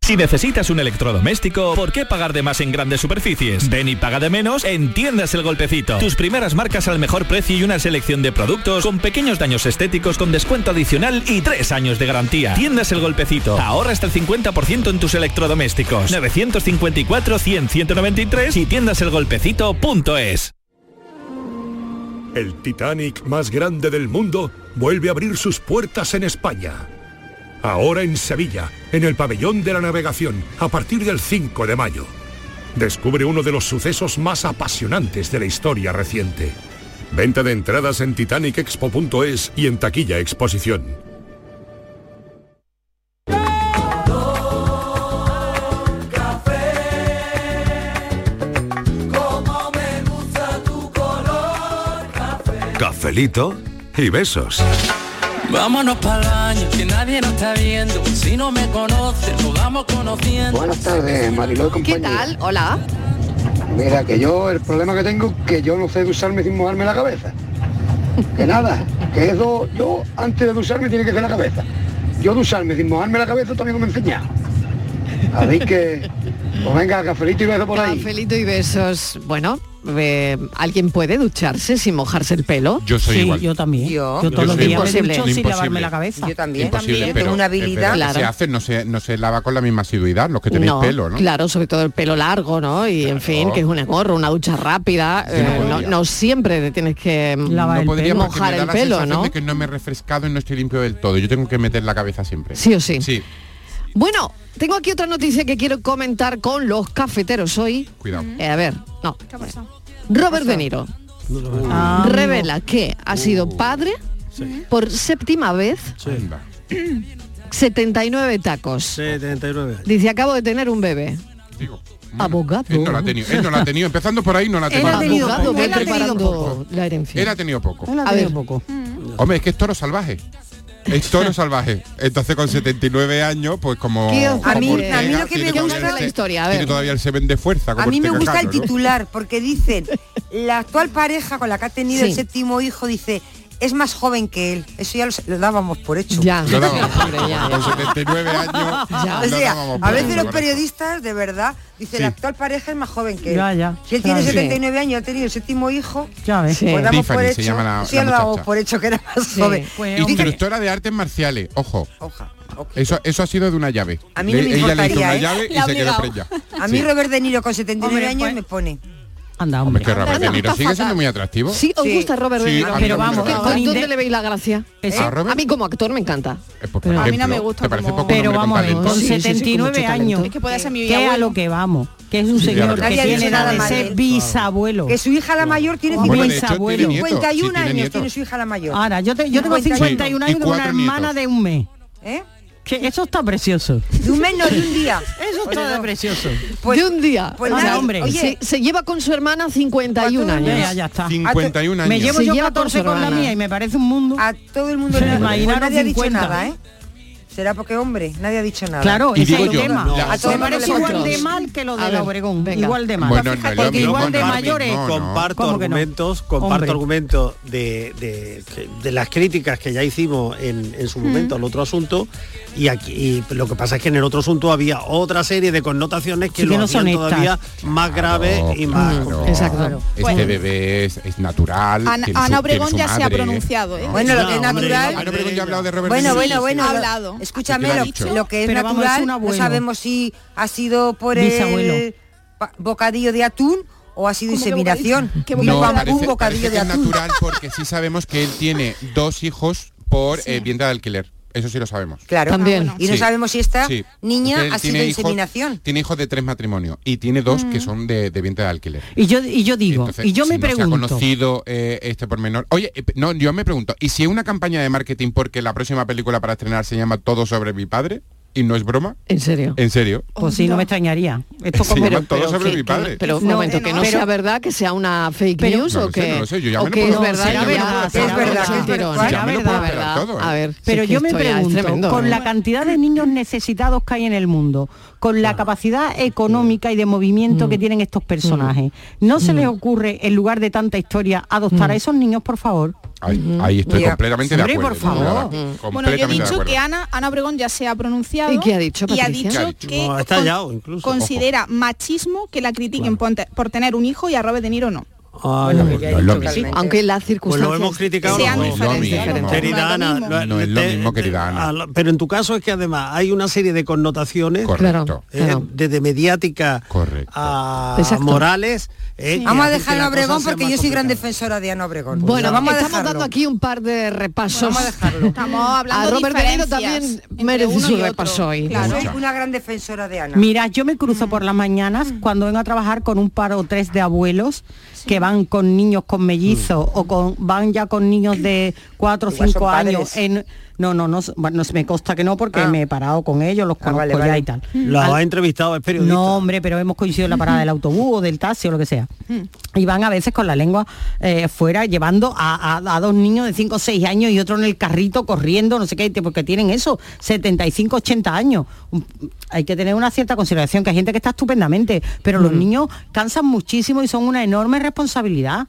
S12: Si necesitas un electrodoméstico, ¿por qué pagar de más en grandes superficies? Ven y paga de menos en Tiendas El Golpecito. Tus primeras marcas al mejor precio y una selección de productos con pequeños daños estéticos con descuento adicional y tres años de garantía. Tiendas El Golpecito. Ahorra hasta el 50% en tus electrodomésticos. 954-100-193 y tiendaselgolpecito.es.
S13: El Titanic más grande del mundo vuelve a abrir sus puertas en España. Ahora en Sevilla, en el pabellón de la navegación, a partir del 5 de mayo. Descubre uno de los sucesos más apasionantes de la historia reciente. Venta de entradas en titanicexpo.es y en taquilla exposición.
S14: Como me gusta tu color café.
S3: Cafelito y besos.
S11: Vámonos para el baño, que nadie nos está viendo. Si no me conoces, nos vamos conociendo.
S15: Buenas tardes, Mariló y
S4: ¿Qué
S15: compañía.
S4: tal? Hola.
S15: Mira, que yo, el problema que tengo es que yo no sé ducharme sin mojarme la cabeza. Que nada, que eso, yo antes de ducharme tiene que ser la cabeza. Yo ducharme sin mojarme la cabeza también no me enseña. Así que, pues venga, cafelito y beso por ahí.
S4: Cafelito y besos. Bueno, eh, ¿alguien puede ducharse sin mojarse el pelo?
S5: Yo soy Sí, igual.
S8: yo también. Yo,
S5: Yo
S8: todos los
S5: soy
S8: días me
S5: imposible.
S8: ducho sin
S5: Imposible.
S8: lavarme la cabeza. Yo también.
S5: Imposible, pero es verdad que se hace, no se, no se lava con la misma asiduidad, los que tenéis
S4: No,
S5: pelo, ¿no?
S4: Claro, sobre todo el pelo largo, ¿no? Y en fin, que es una gorra, una ducha rápida. eh, no, no siempre te tienes que mm,
S5: no podría porque
S4: mojar
S5: me da
S4: el
S5: la
S4: pelo,
S5: sensación
S4: ¿no?
S5: de que no me he refrescado y no estoy limpio del todo. Yo tengo que meter la cabeza siempre.
S4: Sí o sí.
S5: Sí,
S4: Bueno, tengo aquí otra noticia que quiero comentar con los cafeteros hoy.
S5: cuidado.
S4: Eh, a ver, no. Robert De Niro
S5: Ah, Uh.
S4: revela que ha sido padre por séptima vez, 79 tacos.
S6: 79.
S4: Dice, acabo de tener un bebé. Abogado.
S5: Él no la ha tenido, él no la ha tenido. Empezando por ahí, no la ha
S4: Él
S5: tenido.
S4: ha tenido Abogado, poco, él ha tenido preparando poco. la herencia.
S5: Él ha tenido poco.
S4: Él ha A tenido ver.
S8: poco.
S5: Hombre, es que es toro salvaje. Es toro salvaje. Entonces con 79 años, pues como...
S9: ¿Qué os
S5: como
S9: A mí-
S5: Ortega,
S9: a mí lo que
S5: tiene
S9: me
S5: todavía
S9: gusta-
S5: el se-
S9: la historia, a
S5: tiene
S9: ver.
S5: todavía el semen de fuerza. como
S9: A mí me
S5: Ortega
S9: gusta el
S5: Cano, ¿no?
S9: titular porque dicen, la actual pareja con la que ha tenido el
S5: Sí.
S9: séptimo hijo dice, es más joven que él. Eso ya lo, s- lo dábamos por hecho.
S4: Ya.
S5: Lo dábamos por hecho, con 79 años.
S9: O
S5: lo
S9: sea,
S5: dábamos por
S9: a veces
S5: hecho,
S9: los
S5: correcto.
S9: periodistas, de verdad, dicen,
S5: Sí.
S9: la actual pareja es más joven que él.
S5: Ya, ya.
S9: Si él tiene
S5: Claro.
S9: 79 años, ha tenido el séptimo hijo,
S8: ya
S5: ves. Sí.
S9: pues damos por
S5: Tiffany se
S9: hecho,
S5: llama la-
S9: sí,
S5: la
S9: lo damos
S5: muchacha.
S9: por hecho que era más joven.
S4: pues,
S5: Instructora de artes marciales, ojo. Eso, eso ha sido de una llave.
S9: A mí no
S5: Le-
S9: me
S5: ella le hizo
S9: importaría,
S5: una
S9: ¿eh?
S5: llave y
S9: La
S5: se quedó
S9: obligado.
S5: preñada.
S9: A mí
S5: Sí.
S9: Robert De Niro con 79
S8: Hombre,
S9: años
S8: pues-
S9: me pone.
S8: Anda,
S5: Hombre,
S8: hombre.
S5: que Robert De Niro sigue siendo muy atractivo.
S4: Sí, os gusta Robert
S5: Sí,
S4: De Niro.
S5: a mí me gusta.
S4: ¿Qué-
S5: Eh,
S4: ¿dónde le veis la gracia?
S5: ¿Eh? ¿A Robert?
S4: A mí como actor me encanta.
S5: pues, por ejemplo, ¿te parece poco un
S8: pero
S5: hombre con
S8: vamos a ver,
S5: talento?
S8: con 79 años,
S16: Es que puede ser mi
S8: que a
S16: bisabuelo.
S8: lo que vamos, que es un
S5: Sí, claro
S8: señor
S5: que
S8: que
S5: sí. Nadie ha
S8: tiene
S5: dicho
S8: edad
S5: nada
S8: de
S5: mal de
S8: ser
S5: él.
S8: bisabuelo.
S9: ¿eh? Que su hija la mayor tiene
S5: Bueno, de hecho, tiene nietos,
S9: 51
S5: sí, tiene
S9: años,
S5: nietos.
S9: tiene su hija la mayor.
S8: Ahora, yo, te- yo tengo
S9: 51
S8: 51
S5: Sí,
S8: años
S5: y
S8: con una
S5: cuatro nietos.
S8: hermana de un mes.
S9: ¿Eh?
S8: Que eso está precioso.
S9: De un menos de un día.
S8: Eso está precioso.
S4: de un día.
S8: pues
S4: O
S8: nada,
S4: sea,
S8: hombre.
S4: se, se lleva con su hermana 51 años.
S8: Ya, ya está.
S5: 51
S8: Me
S5: años.
S8: llevo
S5: Se
S8: yo
S4: lleva con
S8: 14
S4: su
S8: con la
S4: hermana.
S8: mía y me parece un mundo.
S9: A todo el mundo le
S8: Imaginaros
S9: Pues nadie ha dicho
S8: 50.
S9: nada, ¿eh? Será porque hombre, nadie ha dicho nada.
S8: Claro,
S5: Y
S8: ese es
S5: digo
S8: el
S5: yo,
S8: tema.
S5: no,
S8: a
S5: no,
S8: todos
S5: no,
S8: me parece
S5: no,
S8: igual
S5: no,
S8: de
S5: no.
S8: mal que lo
S5: A
S8: de la
S5: ver,
S8: Obregón.
S5: venga.
S8: Igual de mal.
S5: Bueno, no,
S8: Porque
S5: yo- yo
S8: igual
S5: con
S8: de
S5: Carmen,
S8: mayores.
S5: no, no.
S6: Comparto
S5: ¿Cómo que no?
S6: argumentos, comparto
S5: Hombre.
S6: argumentos de, de- de las críticas que ya hicimos en, en su momento al otro asunto y aquí y lo que pasa es que en el otro asunto había otra serie de connotaciones que
S5: Sí,
S6: lo
S5: que no son
S6: hacían
S5: estas.
S6: todavía más graves y más
S5: Exacto. Este
S6: Bueno.
S5: bebé es, es natural.
S7: Ana,
S5: tiene su-
S7: Ana
S5: tiene
S7: Obregón
S5: su
S7: ya se ha
S5: madre.
S7: pronunciado, ¿eh?
S9: Bueno, lo que es
S5: No, hombre,
S9: natural.
S5: Ana Obregón ya ha hablado de Robert
S9: bueno,
S5: Smith.
S9: bueno, bueno.
S7: Ha
S9: lo-
S7: hablado.
S9: Escúchame,
S5: Es que lo ha
S9: lo,
S5: dicho.
S9: lo que es
S8: Pero vamos, es
S9: natural,
S8: un
S9: no
S8: abuelo.
S9: sabemos si ha sido por el
S8: Bisabuelo.
S9: pa- bocadillo de atún o ha sido
S8: ¿Cómo que
S9: inseminación.
S8: bocadillo? ¿Qué
S9: Un
S5: No,
S9: bambú,
S5: parece,
S9: bocadillo
S5: parece
S9: de
S5: que es
S9: atún.
S5: natural pues. porque sí sabemos que él tiene dos hijos por eh, vivienda de alquiler. Eso sí lo sabemos.
S9: Claro. También. Ah, bueno. Y no sabemos si esta niña
S5: Entonces,
S9: ha sido
S5: tiene hijos-
S9: inseminación. Mm.
S5: tiene hijos de tres matrimonios y tiene dos que son de, de vivienda de alquiler.
S8: Y yo, y yo digo,
S5: Entonces,
S8: y yo
S5: si
S8: me
S5: no
S8: pregunto.
S5: Se ha conocido eh, este pormenor. Oye, eh, no, yo me pregunto, ¿y si es una campaña de marketing porque la próxima película para estrenar se llama Todo sobre mi padre? ¿Y no es broma?
S4: ¿En serio?
S5: ¿En serio?
S8: Pues sí, no me extrañaría. Esto
S5: Se llaman Todo sobre mi padre.
S4: Pero un momento, que no sea verdad, que sea una fake
S5: Pero-
S4: news
S5: No lo
S4: o
S5: sé,
S4: que,
S5: no lo sé, yo ya
S4: o
S5: me lo
S4: que
S5: puedo
S4: es verdad,
S5: esperar.
S4: que
S5: Sí, ya
S4: ya
S5: me lo
S4: se
S5: puedo
S4: lo
S5: esperar todo.
S4: sintieron.
S5: Ya me lo puedo
S4: verdad,
S5: esperar
S4: verdad.
S5: todo, ¿eh?
S4: A ver, si
S8: Pero
S4: es que
S8: yo me
S4: esto ya es
S8: pregunto,
S4: tremendo,
S8: con
S4: ¿eh?
S8: la cantidad de niños necesitados que hay en el mundo, con
S4: Ah.
S8: la capacidad económica y de movimiento
S4: Mm.
S8: que tienen estos personajes, ¿no se les ocurre, en lugar de tanta historia,
S4: Mm.
S8: adoptar a esos niños, por favor?
S5: Ahí, ahí estoy
S8: Ya.
S5: completamente
S8: Hombre,
S5: de
S8: por
S5: acuerdo.
S8: favor.
S5: Nada,
S7: Bueno, yo he
S5: completamente de
S7: dicho
S5: acuerdo.
S7: que Ana, Ana Obregón ya se ha pronunciado
S4: ¿Y qué ha dicho,
S7: y ha dicho
S4: Patricia? ¿Qué ha dicho?
S7: que
S6: No, está hallado, incluso,
S7: considera machismo que la critiquen por te- por tener un hijo y a Robert De Niro no.
S6: Ay,
S4: Bueno,
S6: no,
S4: pues ya
S6: no
S4: he
S6: es lo
S4: dicho
S6: mismo.
S4: que- Aunque las
S6: Pues
S4: circunstancias
S6: lo hemos criticado.
S4: sean
S6: no es lo
S4: diferentes,
S6: mismo.
S4: diferentes.
S6: Querida Ana, lo-
S5: No es lo
S6: te- ah,
S5: mismo, querida Ana.
S6: a la- Pero en tu caso es que además hay una serie de connotaciones,
S5: Correcto.
S6: eh, desde mediática a
S9: Exacto.
S6: morales. eh, que
S9: Vamos a
S6: hacen que
S9: dejar a
S6: la cosa
S9: Obregón
S6: sea
S9: porque
S6: más
S9: yo soy gran
S6: complicada.
S9: defensora de Ana Obregón.
S4: Bueno,
S9: Bueno, vamos a
S4: estamos
S9: dejarlo.
S4: dando aquí un par de repasos.
S7: Estamos hablando
S4: a Robert De Niro
S7: diferencias
S4: también
S7: entre
S4: merece
S7: uno
S4: su
S7: y otro.
S4: repaso hoy.
S9: Soy una gran defensora de Ana.
S8: Mira, yo me cruzo por las mañanas cuando vengo a trabajar con un par o tres de abuelos que van con niños con mellizos o con van ya con niños de cuatro o
S9: Igual son
S8: cinco años.
S9: padres. Ah,
S8: En, no, no, no, bueno, me consta que no porque me he parado con ellos, los conozco
S6: vale,
S8: ya
S6: vale.
S8: y tal.
S6: Los
S8: Al-
S6: ha entrevistado, es periodista.
S8: no, hombre, pero hemos coincidido en la parada del autobús o del taxi o lo que sea. Y van a veces con la lengua eh, fuera llevando a, a- a dos niños de 5 o 6 años y otro en el carrito corriendo, no sé qué, porque tienen eso, 75, 80 años. Un- Hay que tener una cierta consideración, que hay gente que está estupendamente, pero los niños cansan muchísimo y son una enorme responsabilidad.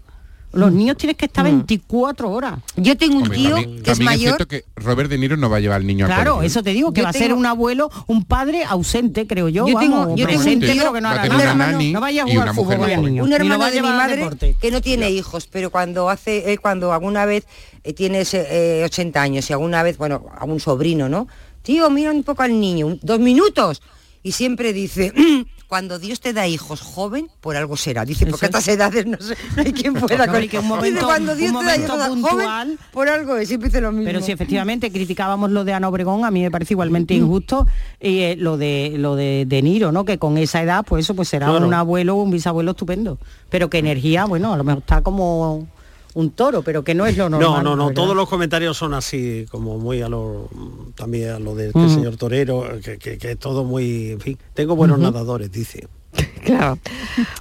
S8: Los niños tienes que estar 24 horas.
S9: Yo tengo
S5: Hombre, también, también es cierto que Robert De Niro no va a llevar al niño al
S8: Claro,
S5: colegio.
S8: eso te digo, que
S9: Yo
S8: va a ser
S9: tengo-
S8: un abuelo, un padre ausente, creo yo.
S9: Yo tengo-
S8: vamos,
S9: yo tengo un
S8: presente,
S9: tío-
S8: pero que no
S5: va a
S8: hará
S5: tener
S8: nada.
S5: una
S8: No,
S5: nani
S8: no vaya a
S5: y
S8: jugar
S5: una
S8: al
S5: mujer
S8: fútbol
S5: muy
S8: al niño.
S9: Un
S8: Ni lo va
S9: hermano
S8: a
S9: de mi
S8: llevar al
S9: madre
S8: deporte.
S9: que no tiene hijos, pero cuando hace, él cuando alguna vez eh, tiene ese, eh, 80 años y alguna vez, bueno, a un sobrino, ¿no? Tío, mira un poco al niño, un- dos minutos. Y siempre dice, cuando Dios te da hijos joven, por algo será. Dice, porque a estas edades no, sé, no hay quien pueda
S8: No,
S9: con
S8: y que un momento-
S9: Dice, cuando
S8: un
S9: Dios te da
S8: momento
S9: hijos joven,
S8: puntual-
S9: por algo es, siempre dice lo mismo.
S8: Pero si efectivamente criticábamos lo de Ana Obregón, a mí me parece igualmente injusto y eh, lo de lo de De Niro, ¿no? Que con esa edad, pues eso, pues será
S6: Claro.
S8: un abuelo o un bisabuelo estupendo. Pero que energía, bueno, a lo mejor está como un toro, pero que no es lo normal.
S6: no, no,
S8: la
S6: no,
S8: verdad.
S6: todos los comentarios son así, como muy a lo también a lo de este
S9: Mm.
S8: Ujú.
S6: señor torero, que, que- que es todo muy, en fin, tengo buenos
S4: Ujú.
S6: nadadores, dice.
S4: Claro.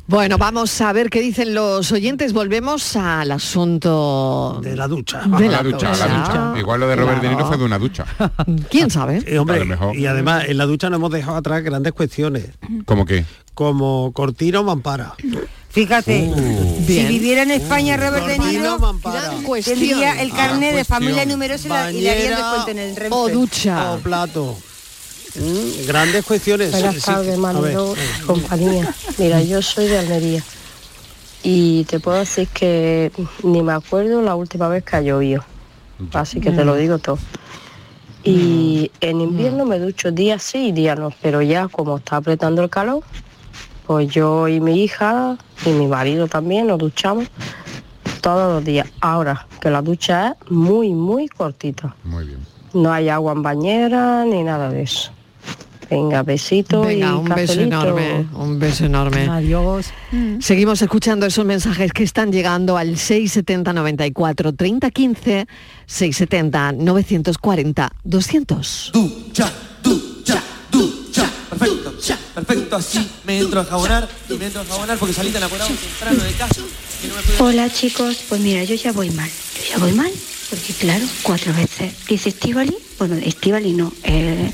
S4: Bueno, vamos a ver qué dicen los oyentes. Volvemos al asunto
S6: de la ducha.
S4: De
S5: la ducha, la ducha. Igual lo de Robert De Niro fue de una ducha.
S4: ¿Quién sabe?
S6: Eh, hombre, Y además, en la ducha nos hemos dejado atrás grandes cuestiones,
S5: ¿Cómo qué?
S6: como cortina o mampara. Uh.
S9: Fíjate, si viviera en España Robert De Niro, tendría el
S6: Ah,
S9: carnet de
S6: cuestión.
S9: familia numerosa y la- y le harían
S6: Bañera
S9: descuento en el Renfe.
S6: O plato. Mm, grandes cuestiones.
S17: Buenas
S6: Sí, sí.
S17: tardes,
S6: A
S17: Manolo,
S6: ver.
S17: compañía. Mira, yo soy de Almería y te puedo decir que ni me acuerdo la última vez que ha llovido. Así que te lo digo todo. Y
S6: Mm.
S17: en invierno me ducho día sí y día no, pero ya como está apretando el calor, pues yo y mi hija y mi marido también nos duchamos todos los días. Ahora que la ducha es muy, muy cortita.
S5: Muy bien.
S17: No hay agua en bañera ni nada de eso. Venga, besito y
S4: Venga, un beso
S17: cafelito.
S4: enorme, un beso enorme.
S8: Adiós.
S4: Seguimos escuchando esos mensajes que están llegando al 670 94 30 15, 670 940 200.
S18: Ducha, Perfecto, perfecto, así me entro a jabonar, me entro a jabonar porque salí tan apurado temprano de casa.
S19: Hola chicos, pues mira, yo ya voy mal. Yo ya voy mal, porque claro, cuatro veces. Dice Estivali, bueno, Estivali no, eh,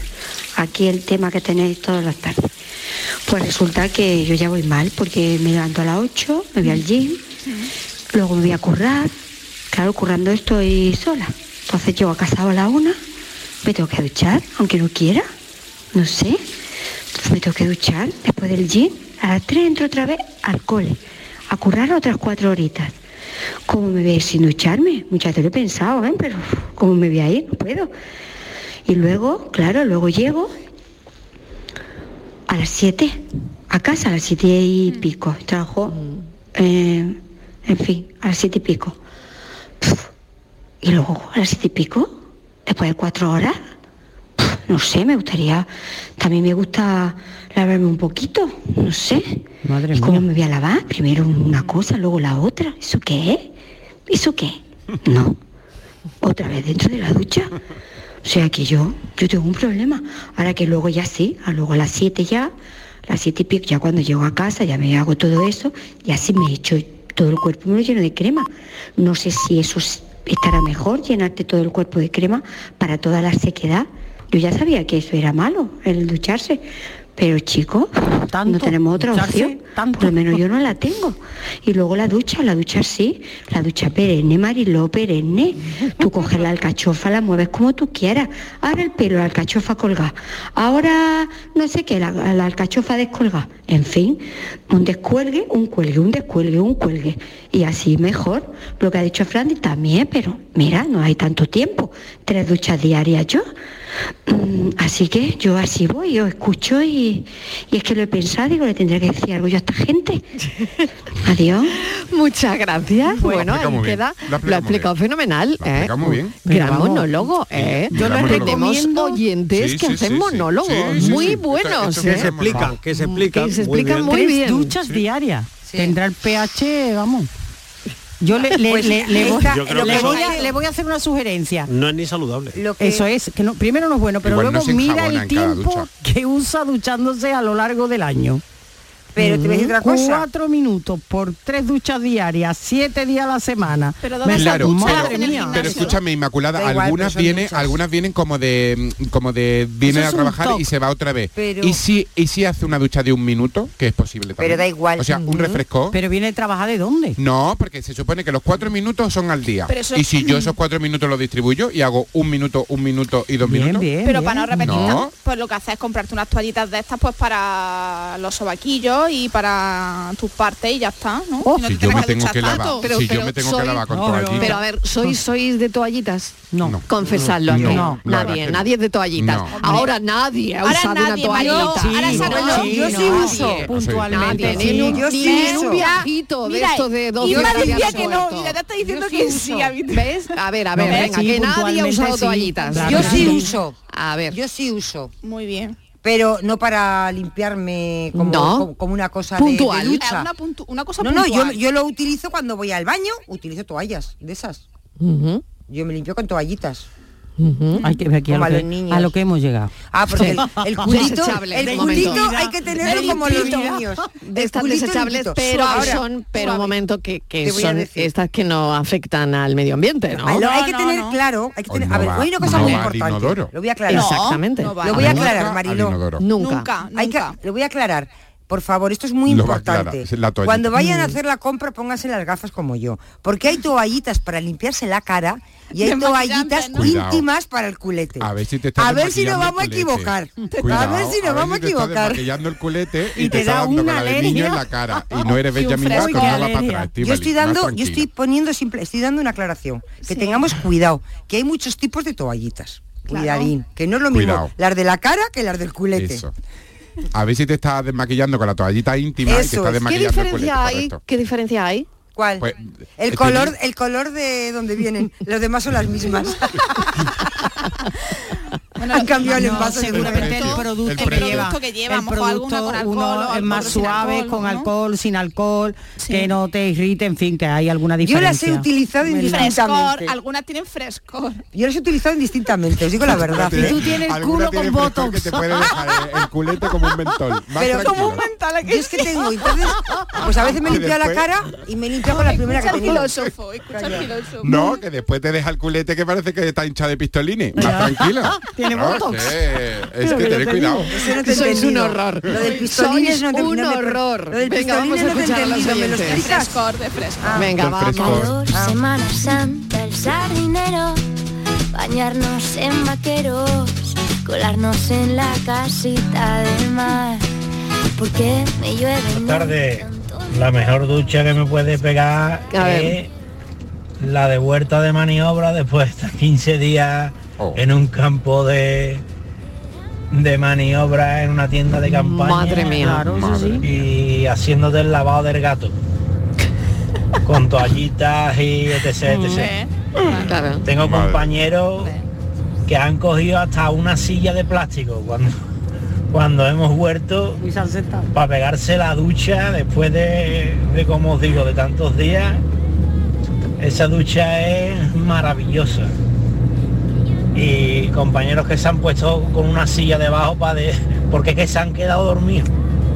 S19: aquí el tema que tenéis todas las tardes. Pues resulta que yo ya voy mal, porque me levanto a las 8, me voy al gym, luego me voy a currar. Claro, currando estoy sola. Entonces llego a casa a la una, me tengo que duchar, aunque no quiera, no sé. Entonces me tengo que duchar después del gym. A las tres entro otra vez al cole, a currar otras cuatro horitas. ¿Cómo me voy a ir sin ducharme? Muchas veces lo he pensado, ¿eh? Pero uf, ¿cómo me voy a ir? No puedo. Y luego, claro, luego llego a las 7, a casa a las siete y pico. Trabajo, eh, en fin, a las siete y pico. Pf, Y luego a las siete y pico, después de cuatro horas, pf, no sé, me gustaría, también me gusta lavarme un poquito, no sé.
S8: Madre
S19: ¿Y cómo
S8: mía.
S19: me voy a lavar? Primero una cosa, luego la otra. ¿Eso qué es? ¿Eso qué? No. Otra vez dentro de la ducha. O sea que yo, yo tengo un problema. Ahora que luego ya sí, a luego a las 7 ya, a las 7 y pico, ya cuando llego a casa, ya me hago todo eso, y así me echo todo el cuerpo, me lo lleno de crema. No sé si eso es- estará mejor, llenarte todo el cuerpo de crema para toda la sequedad. Yo ya sabía que eso era malo, el ducharse. Pero chicos, no tenemos otra
S8: ducharse,
S19: opción. Por lo menos yo no la tengo. Y luego la ducha, la ducha sí, la ducha perenne, Mariló, perenne. Tú coges la alcachofa, la mueves como tú quieras. Ahora el pelo, la alcachofa colgada. Ahora no sé qué, la, la alcachofa descolgada. En fin, un descuelgue, un cuelgue, un descuelgue, un cuelgue. Y así mejor. Lo que ha dicho Fran también, pero mira, no hay tanto tiempo. Tres duchas diarias yo. Mm, Así que yo así voy, os escucho y, y es que lo he pensado, digo, le tendré que decir algo yo a esta gente. Adiós.
S4: Muchas gracias. Bueno,
S19: explicado
S4: ahí
S19: muy bien.
S4: queda.
S19: Lo ha
S4: Lo
S19: explicado muy
S4: ha explicado fenomenal. Lo
S5: explicado muy bien.
S4: Gran
S5: Vamos.
S4: monólogo, ¿eh?
S5: Yo lo
S4: Tenemos
S5: recomiendo.
S4: oyentes
S5: Sí,
S4: que
S5: sí, sí,
S4: hacen
S5: sí.
S4: monólogos
S5: Sí, sí,
S4: muy
S5: sí.
S4: buenos,
S5: Esto-
S4: ¿eh?
S5: esto es muy bueno.
S6: que se explican,
S4: Que se
S6: muy
S4: explican
S6: bien.
S4: muy
S6: Tres
S4: bien.
S8: duchas diarias. Tendrá el pH, vamos. Yo le, le-
S6: Pues
S8: le- le voy,
S6: esta- Yo creo
S8: le
S6: que
S8: voy
S6: eso-
S8: a, le voy a hacer una sugerencia.
S6: No es ni saludable.
S8: Eso es, que no- primero no es bueno, pero
S6: Igual no
S8: luego
S6: se
S8: mira
S6: enjabona
S8: el
S6: en cada
S8: tiempo
S6: ducha.
S8: que usa duchándose a lo largo del año.
S9: Pero te voy a decir
S8: Mm,
S9: otra cosa.
S8: Cuatro minutos por tres duchas diarias, siete días a la semana. Pero
S5: Claro,
S8: madre
S5: pero,
S8: mía.
S5: pero escúchame, Inmaculada,
S8: Da igual,
S5: algunas
S8: pero son
S5: vienen,
S8: duchas.
S5: algunas vienen como de mm, como de viene
S9: es
S5: a
S9: un
S5: trabajar
S9: top.
S5: y se va otra vez.
S9: Pero-
S5: y si y si hace una ducha de un minuto, que es posible también.
S9: Pero da igual.
S5: O sea, un
S9: Ujú.
S5: refresco.
S8: Mm. Pero viene a trabajar de dónde?
S5: No, porque se supone que los cuatro minutos son al día.
S7: Pero eso-
S5: Y si yo esos cuatro minutos los distribuyo y hago un minuto, un minuto y dos minutos.
S7: Pero para no repetir
S5: No.
S7: tanto, pues lo que haces es comprarte unas toallitas de estas pues para los sobaquillos y para tus partes y ya está, ¿no? Y no
S5: Si
S7: te
S5: yo
S7: tienes
S5: me tengo
S7: duchar
S5: que lavar,
S7: tanto.
S5: si yo me tengo que
S4: soy-
S5: lavar con
S4: No, pero-
S5: toallita.
S4: Pero a ver, ¿sois, ¿sois de toallitas?
S5: No.
S4: Confesadlo
S5: No,
S4: aquí.
S5: no, la verdad
S4: nadie,
S5: que no.
S4: nadie es de toallitas.
S5: No.
S4: Ahora nadie ha
S7: Ahora
S4: usado una
S7: nadie, Mariló,
S4: toallita.
S7: Sí, ahora esa no, no,
S9: yo sí
S4: nadie.
S9: uso,
S7: puntualmente,
S4: Nadie, ni
S7: sí.
S4: en un-
S7: Yo sí
S4: ni en
S7: uso.
S4: un viajito de
S7: Mira,
S4: estos de dos
S7: Inma
S4: días
S7: decía
S4: había
S7: que no,
S4: suelto.
S7: y la verdad está diciendo
S4: Yo
S7: que
S4: uso.
S7: sí, a mí-
S4: ¿Ves? A ver, a ver,
S9: ¿Ves?
S4: venga,
S9: Sí,
S4: que nadie ha
S9: puntualmente
S4: usado
S9: sí.
S4: toallitas.
S9: Yo sí uso.
S4: A ver.
S9: Yo sí uso.
S7: Muy bien.
S9: Pero no para limpiarme como,
S4: No.
S9: como, como una cosa de- de
S4: Puntual. Eh,
S9: ducha.
S7: Una, puntu- una cosa
S9: no, no, yo,
S7: puntual.
S9: yo lo utilizo cuando voy al baño, utilizo toallas de esas. Yo me limpio con toallitas.
S8: Hay que ver aquí a
S9: Como
S8: lo
S9: a
S8: que,
S9: los niños.
S8: a lo que hemos llegado.
S9: Ah, porque
S8: Sí.
S9: el, el culito,
S4: Desechable, de
S9: el culito
S4: momento.
S9: hay que tenerlo como los
S4: Limpito.
S9: niños.
S4: De
S9: El
S4: estas
S9: culito
S4: desechables,
S9: limpito.
S4: pero
S9: Suave.
S4: son, pero un momento que, que
S9: Te voy a
S4: son
S9: decir.
S4: estas que no afectan al medio ambiente, ¿no?
S9: Ah, no, hay que tener claro, hay que tener, a ver, hay una cosa muy importante. Lo voy a aclarar.
S4: Exactamente.
S9: Lo voy a aclarar, Mariló.
S4: Nunca.
S9: Hay que- lo voy a aclarar. Por favor, esto es muy
S5: Lo va a aclarar,
S9: importante.
S5: es la toallita.
S9: Cuando vayan a
S5: Mm.
S9: hacer la compra, pónganse las gafas como yo. Porque hay toallitas para limpiarse la cara y hay
S5: De
S9: toallitas
S5: maquillante, ¿no? Cuidado.
S9: íntimas para el culete.
S5: A ver si te estás
S9: A ver si nos
S5: desmaquillando
S9: vamos a
S5: el culete.
S9: equivocar. a
S5: Cuidado,
S9: ver si nos vamos a
S5: te estás
S9: equivocar.
S5: desmaquillando el culete y,
S9: Y
S5: te,
S9: te
S5: está
S9: da
S5: dando
S9: una
S5: la del niño en
S9: alergia.
S5: la cara. Y no eres
S9: Uy,
S5: Benjamin
S9: qué
S5: Vasco, no va para
S9: alergia.
S5: atrás.
S9: Yo estoy
S5: Estíbaliz, más
S9: dando, yo
S5: tranquila.
S9: estoy poniendo simple, estoy dando una aclaración. Que tengamos cuidado, que hay muchos tipos de toallitas.
S5: Claro.
S9: Cuidadín, que no es lo mismo
S5: Cuidado.
S9: las de la cara que las del culete.
S5: Eso. A ver si te estás desmaquillando con la toallita íntima y te
S9: este. Eso
S5: estás
S9: es. ¿Qué
S4: ¿Qué
S5: desmaquillando el culete.
S4: diferencia hay?
S5: correcto.
S4: ¿Qué diferencia hay?
S9: ¿Cuál?
S5: Pues,
S9: El
S5: estoy
S9: color,
S5: bien.
S9: el color de donde vienen. Los demás son las mismas. Han cambiado el
S8: No,
S9: envase
S8: seguramente el producto,
S9: El
S8: que,
S9: precio.
S8: lleva,
S9: producto que lleva, a
S8: el
S9: lo mejor
S8: producto
S9: alguna con alcohol
S8: uno
S9: o
S8: es
S9: alcohol
S8: más
S9: sin
S8: suave
S9: alcohol,
S8: con
S9: ¿no?
S8: alcohol sin alcohol que no te irrite en fin que hay alguna
S9: Yo
S8: diferencia
S9: las he utilizado
S7: Frescor,
S9: indistintamente.
S7: algunas tienen frescor.
S9: Yo las he utilizado indistintamente, os digo la verdad.
S5: Alguna alguna tiene frescor que te puede dejar eh, el- el culete como un mentol. Más
S9: Pero
S5: tranquilo.
S9: como un mental aquí. Yo es que tengo, entonces, pues a veces me
S5: Y
S9: limpio la
S5: después-
S9: cara y me limpio con la primera que
S7: Escucha al
S9: tengo.
S7: filósofo, escucha al filósofo.
S5: No, que después te deja el culete que parece que está hinchado de pistolines. Más tranquilo.
S7: Tiene
S5: No, que-
S7: botox.
S5: es
S9: Pero
S5: que
S9: que
S5: tener
S9: yo te digo,
S5: cuidado.
S9: eso no te he
S4: Sois un
S9: entendido.
S4: horror.
S9: Lo del pistolines
S4: Sois
S9: no te- no
S4: un
S9: me-
S4: horror.
S9: Lo del
S4: Venga, vamos
S9: pistolines no
S4: a
S9: te he
S4: escuchar a los
S9: entendido, me lo
S4: oyentes.
S9: explicas. Ah,
S7: Frescor, de frescor.
S4: Venga, Ah. vamos.
S1: Calor, Semana Santa, el sardinero, bañarnos en vaqueros, colarnos en la casita del mar, porque me llueve.
S20: Buenas tardes. La mejor ducha que me puede pegar
S1: A ver.
S4: Eh,
S20: es la de vuelta de maniobra después de estar 15 días en un campo de de maniobra en una tienda de campaña.
S4: Madre mía. Claro, eso Madre
S20: Y haciéndote el lavado del gato. con toallitas y etc, etc. Tengo
S21: Madre.
S20: compañeros que han cogido hasta una silla de plástico cuando, cuando hemos vuelto para pegarse la ducha después de, de, como os digo, de tantos días. Esa ducha es maravillosa. Y compañeros que se han puesto con una silla debajo para de, porque es que se han quedado dormidos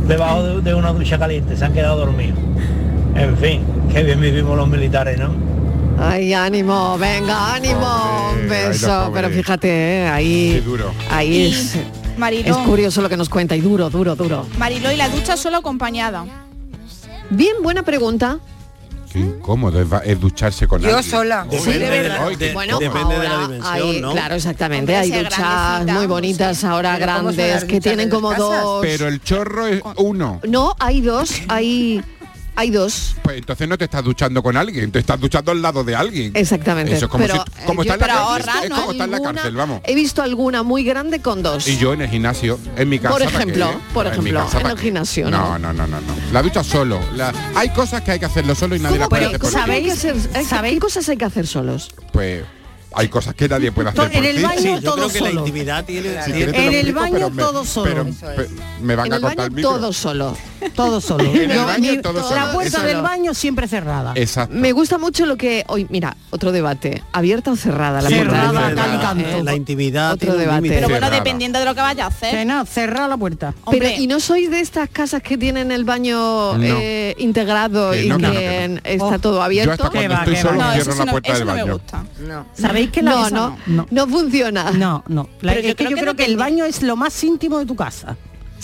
S20: debajo de, de una ducha caliente, se han quedado dormidos. En fin, qué bien vivimos los militares, ¿no?
S4: Ay, ánimo, venga, ánimo, un
S20: ay, los
S4: beso.
S20: pobres.
S4: Pero fíjate, eh, ahí,
S20: Qué duro.
S4: ahí
S7: Y,
S4: es,
S7: Mariló.
S4: es curioso lo que nos cuenta y duro, duro, duro.
S7: Mariló y la ducha solo acompañada.
S4: Bien, buena pregunta.
S5: Qué incómodo es, va- es ducharse con
S4: Yo
S5: alguien.
S4: sola.
S5: Uy,
S4: Sí, de
S5: uy,
S4: verdad.
S5: uy, qué
S4: Bueno,
S5: incómodo.
S4: ahora hay- Claro, exactamente.
S5: Hombre,
S4: hay
S5: sea
S4: duchas muy bonitas ahora
S5: Pero ¿cómo son las
S4: grandes que
S5: duchas
S4: tienen como dos.
S5: Pero el chorro es uno.
S4: No, hay dos, hay, hay dos.
S5: Pues entonces no te estás duchando con alguien, te estás duchando al lado de alguien.
S4: Exactamente.
S5: Eso es como,
S4: Pero,
S5: si- como
S4: eh, yo-
S5: está en la
S4: pero
S5: cárcel,
S4: ahorra,
S5: es
S4: ¿no?
S5: como está en la
S4: Alguna-
S5: cárcel, vamos.
S4: He visto alguna muy grande con dos.
S5: Y yo en el gimnasio, en mi casa.
S4: Por
S5: ¿para qué?
S4: ejemplo, por
S5: En mi
S4: ejemplo,
S5: casa,
S4: en
S5: ¿para
S4: el
S5: qué?
S4: gimnasio,
S5: No,
S4: ¿no?
S5: no, no, no, no. La ducha solo. la- Hay cosas que hay que hacerlo solo y nadie las puede
S4: Pero,
S5: hacer por ti.
S4: ¿sabéis, ¿sabéis qué cosas hay que hacer solos?
S5: Pues hay cosas que nadie puede hacer
S4: Todo- en
S5: por
S4: el
S5: ti.
S4: baño Sí, yo todo creo
S6: que la solo. intimidad tiene-
S5: Si
S6: tiene-
S5: quieres te
S6: En
S5: lo
S6: el
S5: explico,
S6: baño
S5: pero me-
S6: todo solo.
S5: pero- pe- me van
S4: En
S5: a
S4: el
S5: cortar
S4: baño
S5: el micro.
S4: todo solo.
S8: todo solo
S5: En el
S8: Yo-
S5: baño,
S8: mi-
S5: todo
S8: la
S5: solo.
S8: puerta
S5: Eso
S8: del
S5: no.
S8: baño siempre cerrada
S5: Exacto.
S4: Me gusta mucho lo que hoy, mira, otro debate, abierta o cerrada la puerta del baño?
S6: Eh, La intimidad
S4: Otro
S6: tiene un
S4: debate.
S6: límite.
S4: Pero bueno, Cerrada.
S7: Dependiendo de lo que vaya a hacer.
S8: no, cerrar la puerta.
S4: Pero y no sois de estas casas que tienen el baño
S5: No.
S4: eh, integrado
S5: Eh,
S4: y
S5: no,
S4: que
S5: que no, que no.
S4: está
S8: Oh.
S4: todo abierto.
S5: Yo hasta cuando estoy solo cierro la puerta del baño.
S8: sabéis que la
S4: no,
S8: esa
S4: no, no, funciona.
S8: No, no. La-
S4: Pero
S8: es que yo creo que el baño es lo más íntimo de tu casa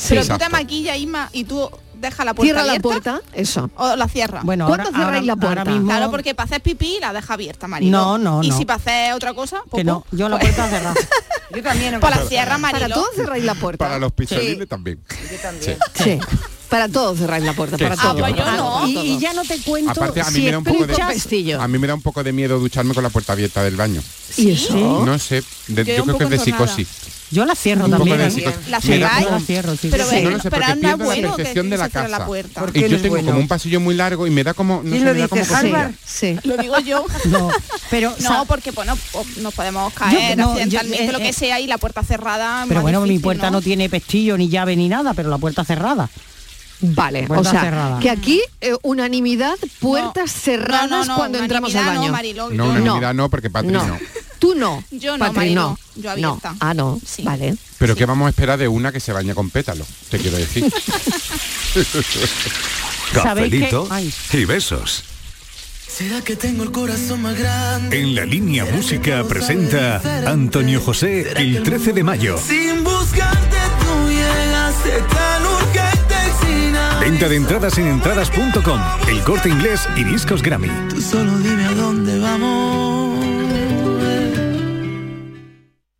S7: Pero tú te maquillas, Isma, y tú dejas la puerta
S4: Cierra la
S7: abierta
S4: puerta, eso.
S7: o la cierra.
S8: Bueno, ¿Cuándo ahora- cerráis ahora- la puerta? ahora mismo-
S7: Claro, porque para hacer pipí la deja abierta, María.
S8: No, no,
S7: Y
S8: no.
S7: si para hacer otra cosa,
S8: que
S7: pues
S8: no yo la puerta cerrada
S9: Yo también.
S7: Para la sierra, Mariló.
S4: Para todo cerráis la puerta.
S5: Para los pistolines también.
S4: Sí. Sí. Para todo cerráis la puerta,
S5: Sí,
S4: para
S5: sí,
S4: todo.
S5: yo
S4: para
S5: también.
S4: todo,
S8: Y-
S4: todo.
S8: y ya no te cuento
S5: Aparte, a mí,
S8: si
S5: me da un poco de,
S8: escuchas-
S5: a mí me da un poco de miedo ducharme con la puerta abierta del baño.
S8: ¿Y eso?
S5: No sé, de-
S8: Yo
S5: yo,
S8: era un
S5: creo que
S8: poco
S5: es de
S8: entornada.
S5: psicosis.
S8: Yo la cierro
S5: Un poco
S8: también.
S5: de
S8: ¿eh?
S5: psicosis.
S8: La
S5: Me da
S8: cerráis.
S5: como-
S8: La cierro, sí,
S5: Pero
S8: sí, sí.
S5: no lo sé,
S8: Pero
S5: porque
S8: no
S5: pierdo
S8: es
S5: la
S8: bueno que
S5: percepción de la
S8: se cierre la
S5: casa.
S8: puerta.
S5: Y
S8: Porque no
S5: yo
S8: es
S5: tengo
S8: bueno.
S5: como un pasillo muy largo y me da como... No sé, me da como cosilla.
S4: Sí.
S7: Lo digo yo.
S8: No, pero,
S7: no,
S8: sa-
S7: porque bueno, o- nos podemos caer
S8: no, yo-
S7: accidentalmente,
S8: eh,
S7: lo que
S8: eh,
S7: sea, y la puerta cerrada.
S8: Pero
S7: más
S8: bueno, mi
S7: difícil,
S8: puerta no tiene pestillo, ni llave, ni nada, pero la puerta cerrada.
S4: Vale, O
S8: Puerta
S4: sea,
S8: cerrada.
S4: que aquí eh, unanimidad, puertas cerradas
S7: No, no, no,
S4: cuando entramos al
S7: unanimidad no,
S4: baño.
S7: Mariló,
S5: No, unanimidad no, porque Patri
S4: No.
S5: no.
S4: Tú no.
S7: Yo no,
S4: Patri, no.
S7: Mariló, yo abierta.
S4: No. Ah, no. Vale.
S5: Pero ¿qué vamos a esperar de una que se baña con pétalo? Te quiero decir.
S8: ¿Sabéis qué?
S2: Cafelito
S8: Ay.
S2: y besos.
S22: ¿Será que tengo el corazón más grande?
S2: En la línea música presenta Antonio José el 13 de mayo.
S22: Sin buscarte tú llegaste tan urgente sin
S2: Venta de entradas en entradas.com, el corte inglés y discos Grammy.
S22: Tú solo dime a dónde vamos.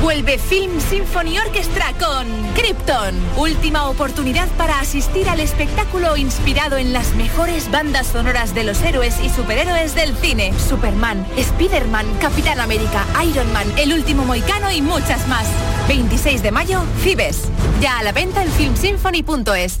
S23: Vuelve Film Symphony Orchestra con Krypton. Última oportunidad para asistir al espectáculo inspirado en las mejores bandas sonoras de los héroes y superhéroes del cine. Superman, Spider-Man, Capitán América, Iron Man, El último moicano y muchas más. 26 de mayo, Fibes. Ya a la venta en filmsymphony.es.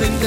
S18: vente.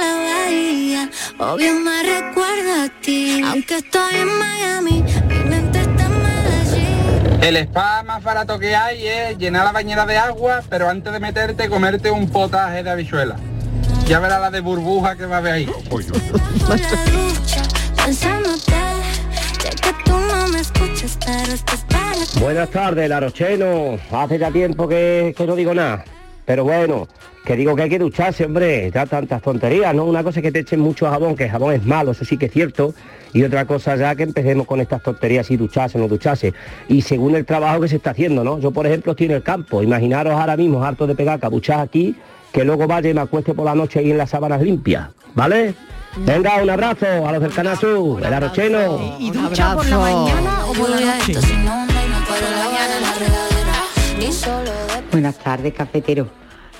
S1: la bahía, obvio me recuerda a ti. Aunque estoy en Miami, mi mente está en Medellín.
S10: El spa más barato que hay es llenar la bañera de agua, pero antes de meterte comerte un potaje de habichuela. Ya verás la de burbuja que va a haber ahí.
S1: Por la ducha, pensándote, sé que tú no me escuchas, pero esto es para ti.
S24: Buenas tardes, Larocheno. Hace ya tiempo que, que no digo nada. Pero bueno, que digo que hay que ducharse, hombre. Ya tantas tonterías, ¿no? Una cosa es que te echen mucho jabón, que el jabón es malo, eso sí que es cierto. Y otra cosa ya que empecemos con estas tonterías, si ducharse o no ducharse. Y según el trabajo que se está haciendo, ¿no? Yo, por ejemplo, estoy en el campo. Imaginaros ahora mismo, harto de pegar cabuchas aquí, que luego vaya y me acueste por la noche ahí en las sábanas limpias, ¿vale? Venga, un abrazo a los del Canal Sur, el arrocheno.
S1: ¿Y ducha por la mañana o por la noche?
S25: Buenas tardes, cafetero.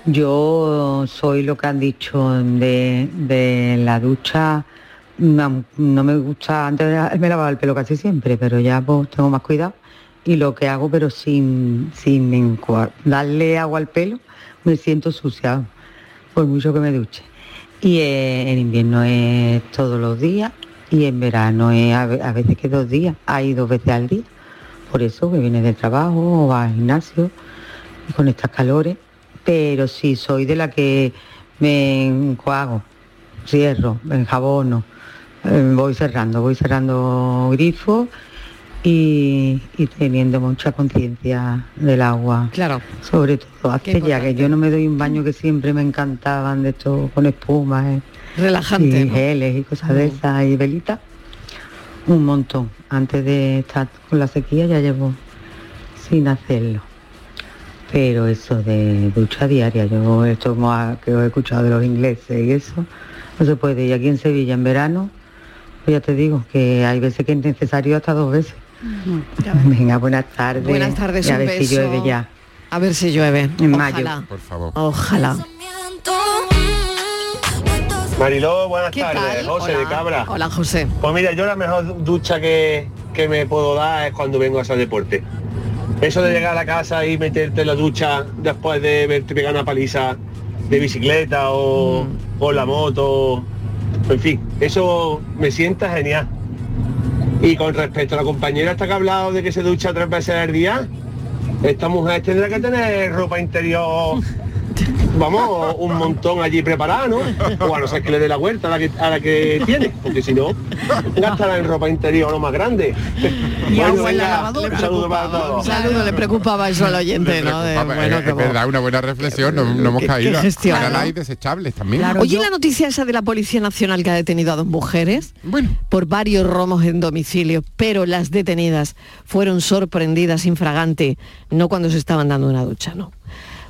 S25: Yo soy lo que han dicho de, de la ducha. No, no me gusta, antes era- me lavaba el pelo casi siempre, pero ya pues, tengo más cuidado. Y lo que hago, pero sin, sin encua- darle agua al pelo, me siento sucia, por mucho que me duche. Y eh, en invierno es todos los días y en verano es a, ve- a veces que dos días, hay dos veces al día. Por eso que vienes del trabajo o vas al gimnasio y con estas calores, pero sí soy de la que me coago, cierro, me enjabono, eh, voy cerrando, voy cerrando grifo y, y teniendo mucha conciencia del agua.
S4: Claro.
S25: Sobre todo hace ya que
S4: importante.
S25: yo no me doy un baño que siempre me encantaban de esto con espuma, eh,
S4: Relajante,
S25: y
S4: ¿no?
S25: geles y cosas de
S4: Mm.
S25: esas y velitas. Un montón. Antes de estar con la sequía ya llevo sin hacerlo. Pero eso de ducha diaria, yo esto como a- que os he escuchado de los ingleses y eso, no se puede. Y aquí en Sevilla en verano, pues ya te digo que hay veces que es necesario hasta dos veces. Venga, buenas tardes.
S4: Buenas tardes,
S25: Y a
S4: un
S25: ver si
S4: beso.
S25: llueve ya.
S4: A ver si llueve.
S25: En
S4: Ojalá.
S25: mayo. Por
S5: favor.
S4: Ojalá.
S26: Mariló, buenas
S4: ¿Qué
S26: tardes.
S4: tal?
S26: José
S4: Hola.
S26: de Cabra.
S4: Hola, José.
S26: Pues mira, yo la mejor ducha que, que me puedo dar es cuando vengo a hacer deporte. Eso de llegar a la casa y meterte en la ducha después de verte pegar una paliza de bicicleta o
S4: Mm.
S26: con la moto, en fin, eso me sienta genial. Y con respecto a la compañera hasta que ha hablado de que se ducha tres veces al día, esta mujer tendrá que tener ropa interior, vamos, un montón allí preparada, ¿no? O a no ser que le dé la vuelta a la que, a la que tiene, porque si no, gastará en ropa interior lo más grande.
S4: Y
S26: Bueno,
S4: agua en la
S26: venga,
S4: lavadora.
S26: un saludo para todos.
S4: Saludo, le preocupaba eso al oyente, ¿no? De,
S5: Papá,
S4: bueno,
S5: es, es verdad, una buena reflexión, no, no hemos
S4: qué-
S5: caído.
S4: qué gestión,
S5: Ahora
S4: ¿no?
S5: hay desechables también.
S4: Oye, la noticia esa de la Policía Nacional que ha detenido a dos mujeres por varios romos en domicilio, pero las detenidas fueron sorprendidas infragante, no cuando se estaban dando una ducha, no.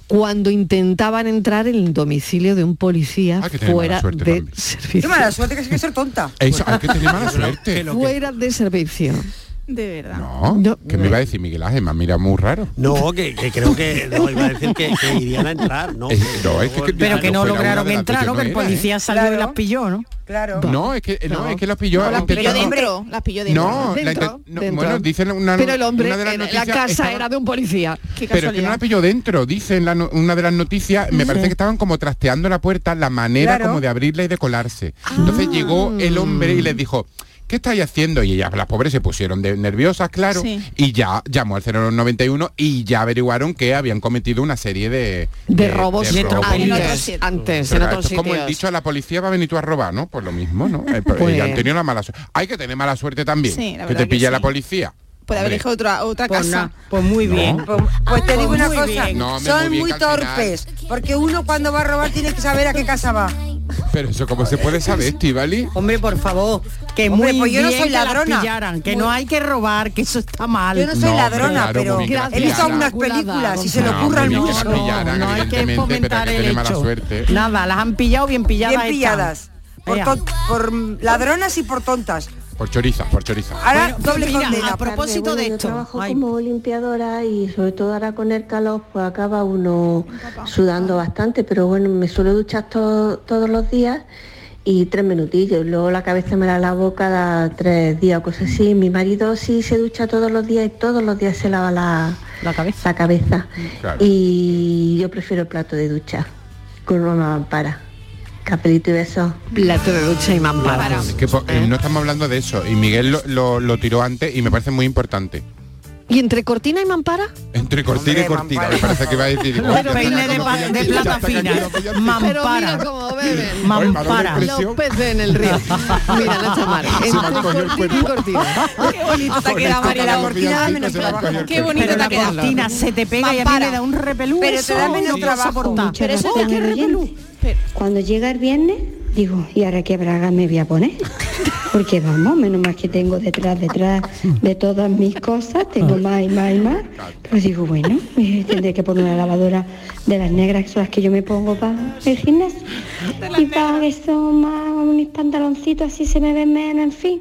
S4: Cuando intentaban entrar en el domicilio de un policía
S5: Ah, que tienen
S4: fuera
S5: mala suerte
S4: de
S5: también.
S4: servicio.
S9: Qué mala suerte que es que ser tonta.
S5: Eso, hay que tener mala suerte.
S4: Fuera de servicio.
S27: De verdad.
S5: No, ¿qué me iba a decir Miguel Ángel? Me ha mirado muy raro.
S6: No, que, que creo que no iba a decir que, que irían a entrar, ¿no?
S5: Es- Eh, no, es que-
S8: Pero que no
S5: fuera
S8: lograron
S5: una de las
S8: entrar,
S5: que
S8: ¿no?
S5: yo
S8: Que el
S5: era, ¿eh?
S8: policía salió y las pilló, ¿no?
S9: Claro.
S5: No, es que, no, es que las pilló.
S27: No, las pilló
S5: intentando-
S27: dentro, las pilló dentro.
S5: No, la
S27: Dentro,
S5: inte- no,
S27: dentro.
S5: bueno, dicen una
S4: Pero el hombre,
S5: una de las
S4: en la
S5: noticias
S4: casa
S5: estaba-
S4: era de un policía.
S5: Pero es que no la pilló dentro, dice en la no- una de las noticias, me parece que estaban como trasteando la puerta, la manera
S4: Claro.
S5: como de abrirla y de colarse. Entonces llegó el hombre y les dijo, ¿qué estáis haciendo? Y ellas, las pobres, se pusieron de nerviosas, claro,
S4: Sí.
S5: y ya llamó al 091 y ya averiguaron que habían cometido una serie de...
S4: De robos
S5: de robos.
S27: Ah,
S4: antes, antes
S5: Pero
S4: en
S5: claro,
S4: otros
S5: esto es como el
S4: sitios.
S5: dicho a la policía va a venir tú a robar, ¿no? Pues lo mismo, ¿no? Eh, pero
S4: Pues-
S5: ellas han tenido la mala suerte. Hay que tener mala suerte también.
S27: Sí, la
S5: que
S27: verdad
S5: te
S27: que
S5: pilla
S27: sí.
S5: la policía.
S27: Puede haber
S5: Hombre.
S27: dicho otra, otra casa.
S8: Pues muy
S5: bien.
S9: Pues, pues te digo una
S27: muy
S9: cosa,
S5: bien. No, hombre,
S9: son
S5: muy bien,
S9: muy
S5: que al final-
S9: torpes, porque uno cuando va a robar tiene que saber a qué casa va.
S5: Pero eso cómo se puede saber, Estivali.
S8: Hombre, por favor, que
S9: Hombre,
S8: muy
S9: pues yo no
S8: bien
S9: soy
S8: que las
S9: ladrona.
S8: pillaran, que
S9: Muy-
S8: no hay que robar, que eso está mal.
S9: Yo no soy No, hombre, ladrona, claro, pero muy he visto
S8: Gracias.
S9: unas películas y se le
S5: No,
S9: ocurre al
S5: muy bien que
S9: mundo.
S5: las pillaran,
S8: no, hay que
S5: evidentemente, pero
S8: fomentar
S5: hay que
S8: el
S5: tener mala
S8: hecho.
S5: suerte.
S8: Nada, las han pillado bien pilladas.
S9: Bien
S8: están.
S9: pilladas. Por,
S8: Ea.
S9: ton- por mm, ladronas y por tontas.
S5: Por chorizas, por chorizas.
S9: Ahora
S8: Bueno,
S9: doble
S8: mira,
S9: condena.
S8: a propósito
S19: Bueno,
S8: de
S19: yo
S8: esto.
S19: trabajo
S8: Ay.
S19: como limpiadora y sobre todo ahora con el calor pues acaba uno sudando bastante, pero bueno, me suelo duchar to- todos los días y tres minutillos. Luego la cabeza me la lavo cada tres días o cosas así. Mi marido sí se ducha todos los días y todos los días se lava la,
S8: cabeza.
S19: La cabeza. Claro. Y yo prefiero el plato de ducha con una mampara. Capelito y besos.
S4: Plato de ducha y mampara.
S5: Es que, po- eh, no estamos hablando de eso. Y Miguel lo, lo- lo tiró antes y me parece muy importante.
S4: ¿Y entre cortina y mampara?
S5: Entre cortina y cortina, me parece que iba a decir. este digo,
S4: Bueno,
S5: "Oye,
S4: peine
S5: ya
S4: de
S5: está
S4: pa-
S5: cayendo,
S4: de
S5: ya está
S4: plata fina".
S5: cayendo, ya está
S4: Pero
S8: Mampara.
S4: mira cómo beben.
S5: Oye, me ha dado una
S8: Mampara.
S5: impresión.
S4: Los peces en el río. Mira, no está mal.
S5: Se me ha cogido el
S4: Entre cortina y cortina.
S27: Qué bonito te ha
S4: Con esto
S27: quedado, María. La
S4: acabamos,
S27: cortina da
S4: villancicos,
S27: menos
S4: se me ha
S27: trabajo.
S4: cogido el
S27: Qué
S4: cuerpo.
S27: bonito
S4: Pero
S27: te ha
S4: la
S27: quedado.
S4: cortina se
S8: te pega y a mí me da un repelú.
S27: Pero te da menos trabajo. Pero eso
S8: Oh,
S27: te
S19: Muchas
S27: da
S19: gracias,
S27: repelú.
S19: oyente. Cuando llega el viernes, digo, ¿y ahora qué braga me voy a poner? Porque vamos, menos más que tengo detrás, detrás de todas mis cosas, tengo más y más y más. Pues digo, bueno, eh, tendré que poner una lavadora de las negras, que son las que yo me pongo para el gimnasio. Y para que son más mis pantaloncitos, así se me ven menos, en fin.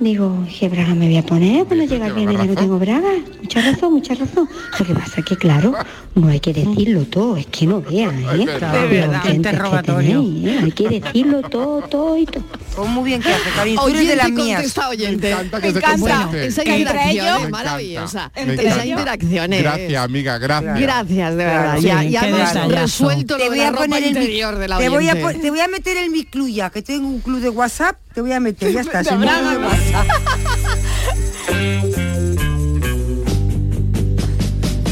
S19: Digo, ¿qué braga me voy a poner cuando llega el viernes? Ya no tengo braga. Mucha razón, mucha razón. Lo que pasa es que, claro, no hay que decirlo todo, es que no veas, ¿eh?
S8: verdad.
S19: Los
S8: De verdad,
S19: oyentes que
S8: interrogatorio.
S19: tenéis, ¿eh? Hay que decirlo todo, todo y todo.
S9: Pues muy bien que hace, cariño. Tú eres
S4: Oyente
S9: de las mías.
S4: contesta oyente. Me
S9: que se
S4: encanta.
S5: este".
S9: conteste.
S4: Esa
S9: Entre ellos-
S4: interacción
S9: Me
S4: es maravillosa.
S9: encanta, me
S4: Esa
S9: encanta.
S4: interacción es...
S5: Gracias, amiga, gracias.
S4: Gracias, de verdad.
S5: Claro.
S4: Ya,
S5: Sí,
S4: ya
S5: qué
S4: hemos
S5: detallazo.
S4: resuelto lo
S9: Te
S4: de
S9: voy
S4: la
S9: a
S4: ropa
S9: poner el mi-
S4: interior de la
S9: te voy, a,
S4: oyente.
S9: po- te voy a meter en mi cluya, que tengo un club de WhatsApp, te voy a meter, ya está.
S4: Te
S9: soy
S4: habrá
S9: muy de
S4: dado-
S9: WhatsApp.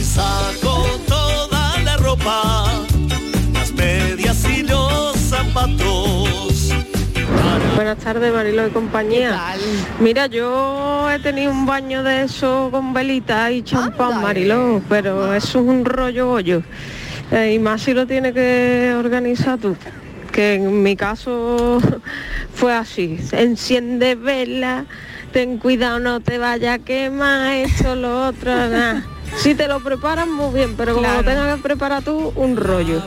S18: Saco toda la ropa, las medias y los zapatos.
S28: Buenas tardes, Marilo de compañía. Mira, yo he tenido un baño de eso con velita y champán, Marilo, pero eso es un rollo hoyo. Eh, y más si lo tiene que organizar tú, que en mi caso fue así. Enciende vela, ten cuidado, no te vaya a quemar esto, lo otro, nada. Si te lo preparan muy bien, pero como lo tengas que preparar tú, un rollo.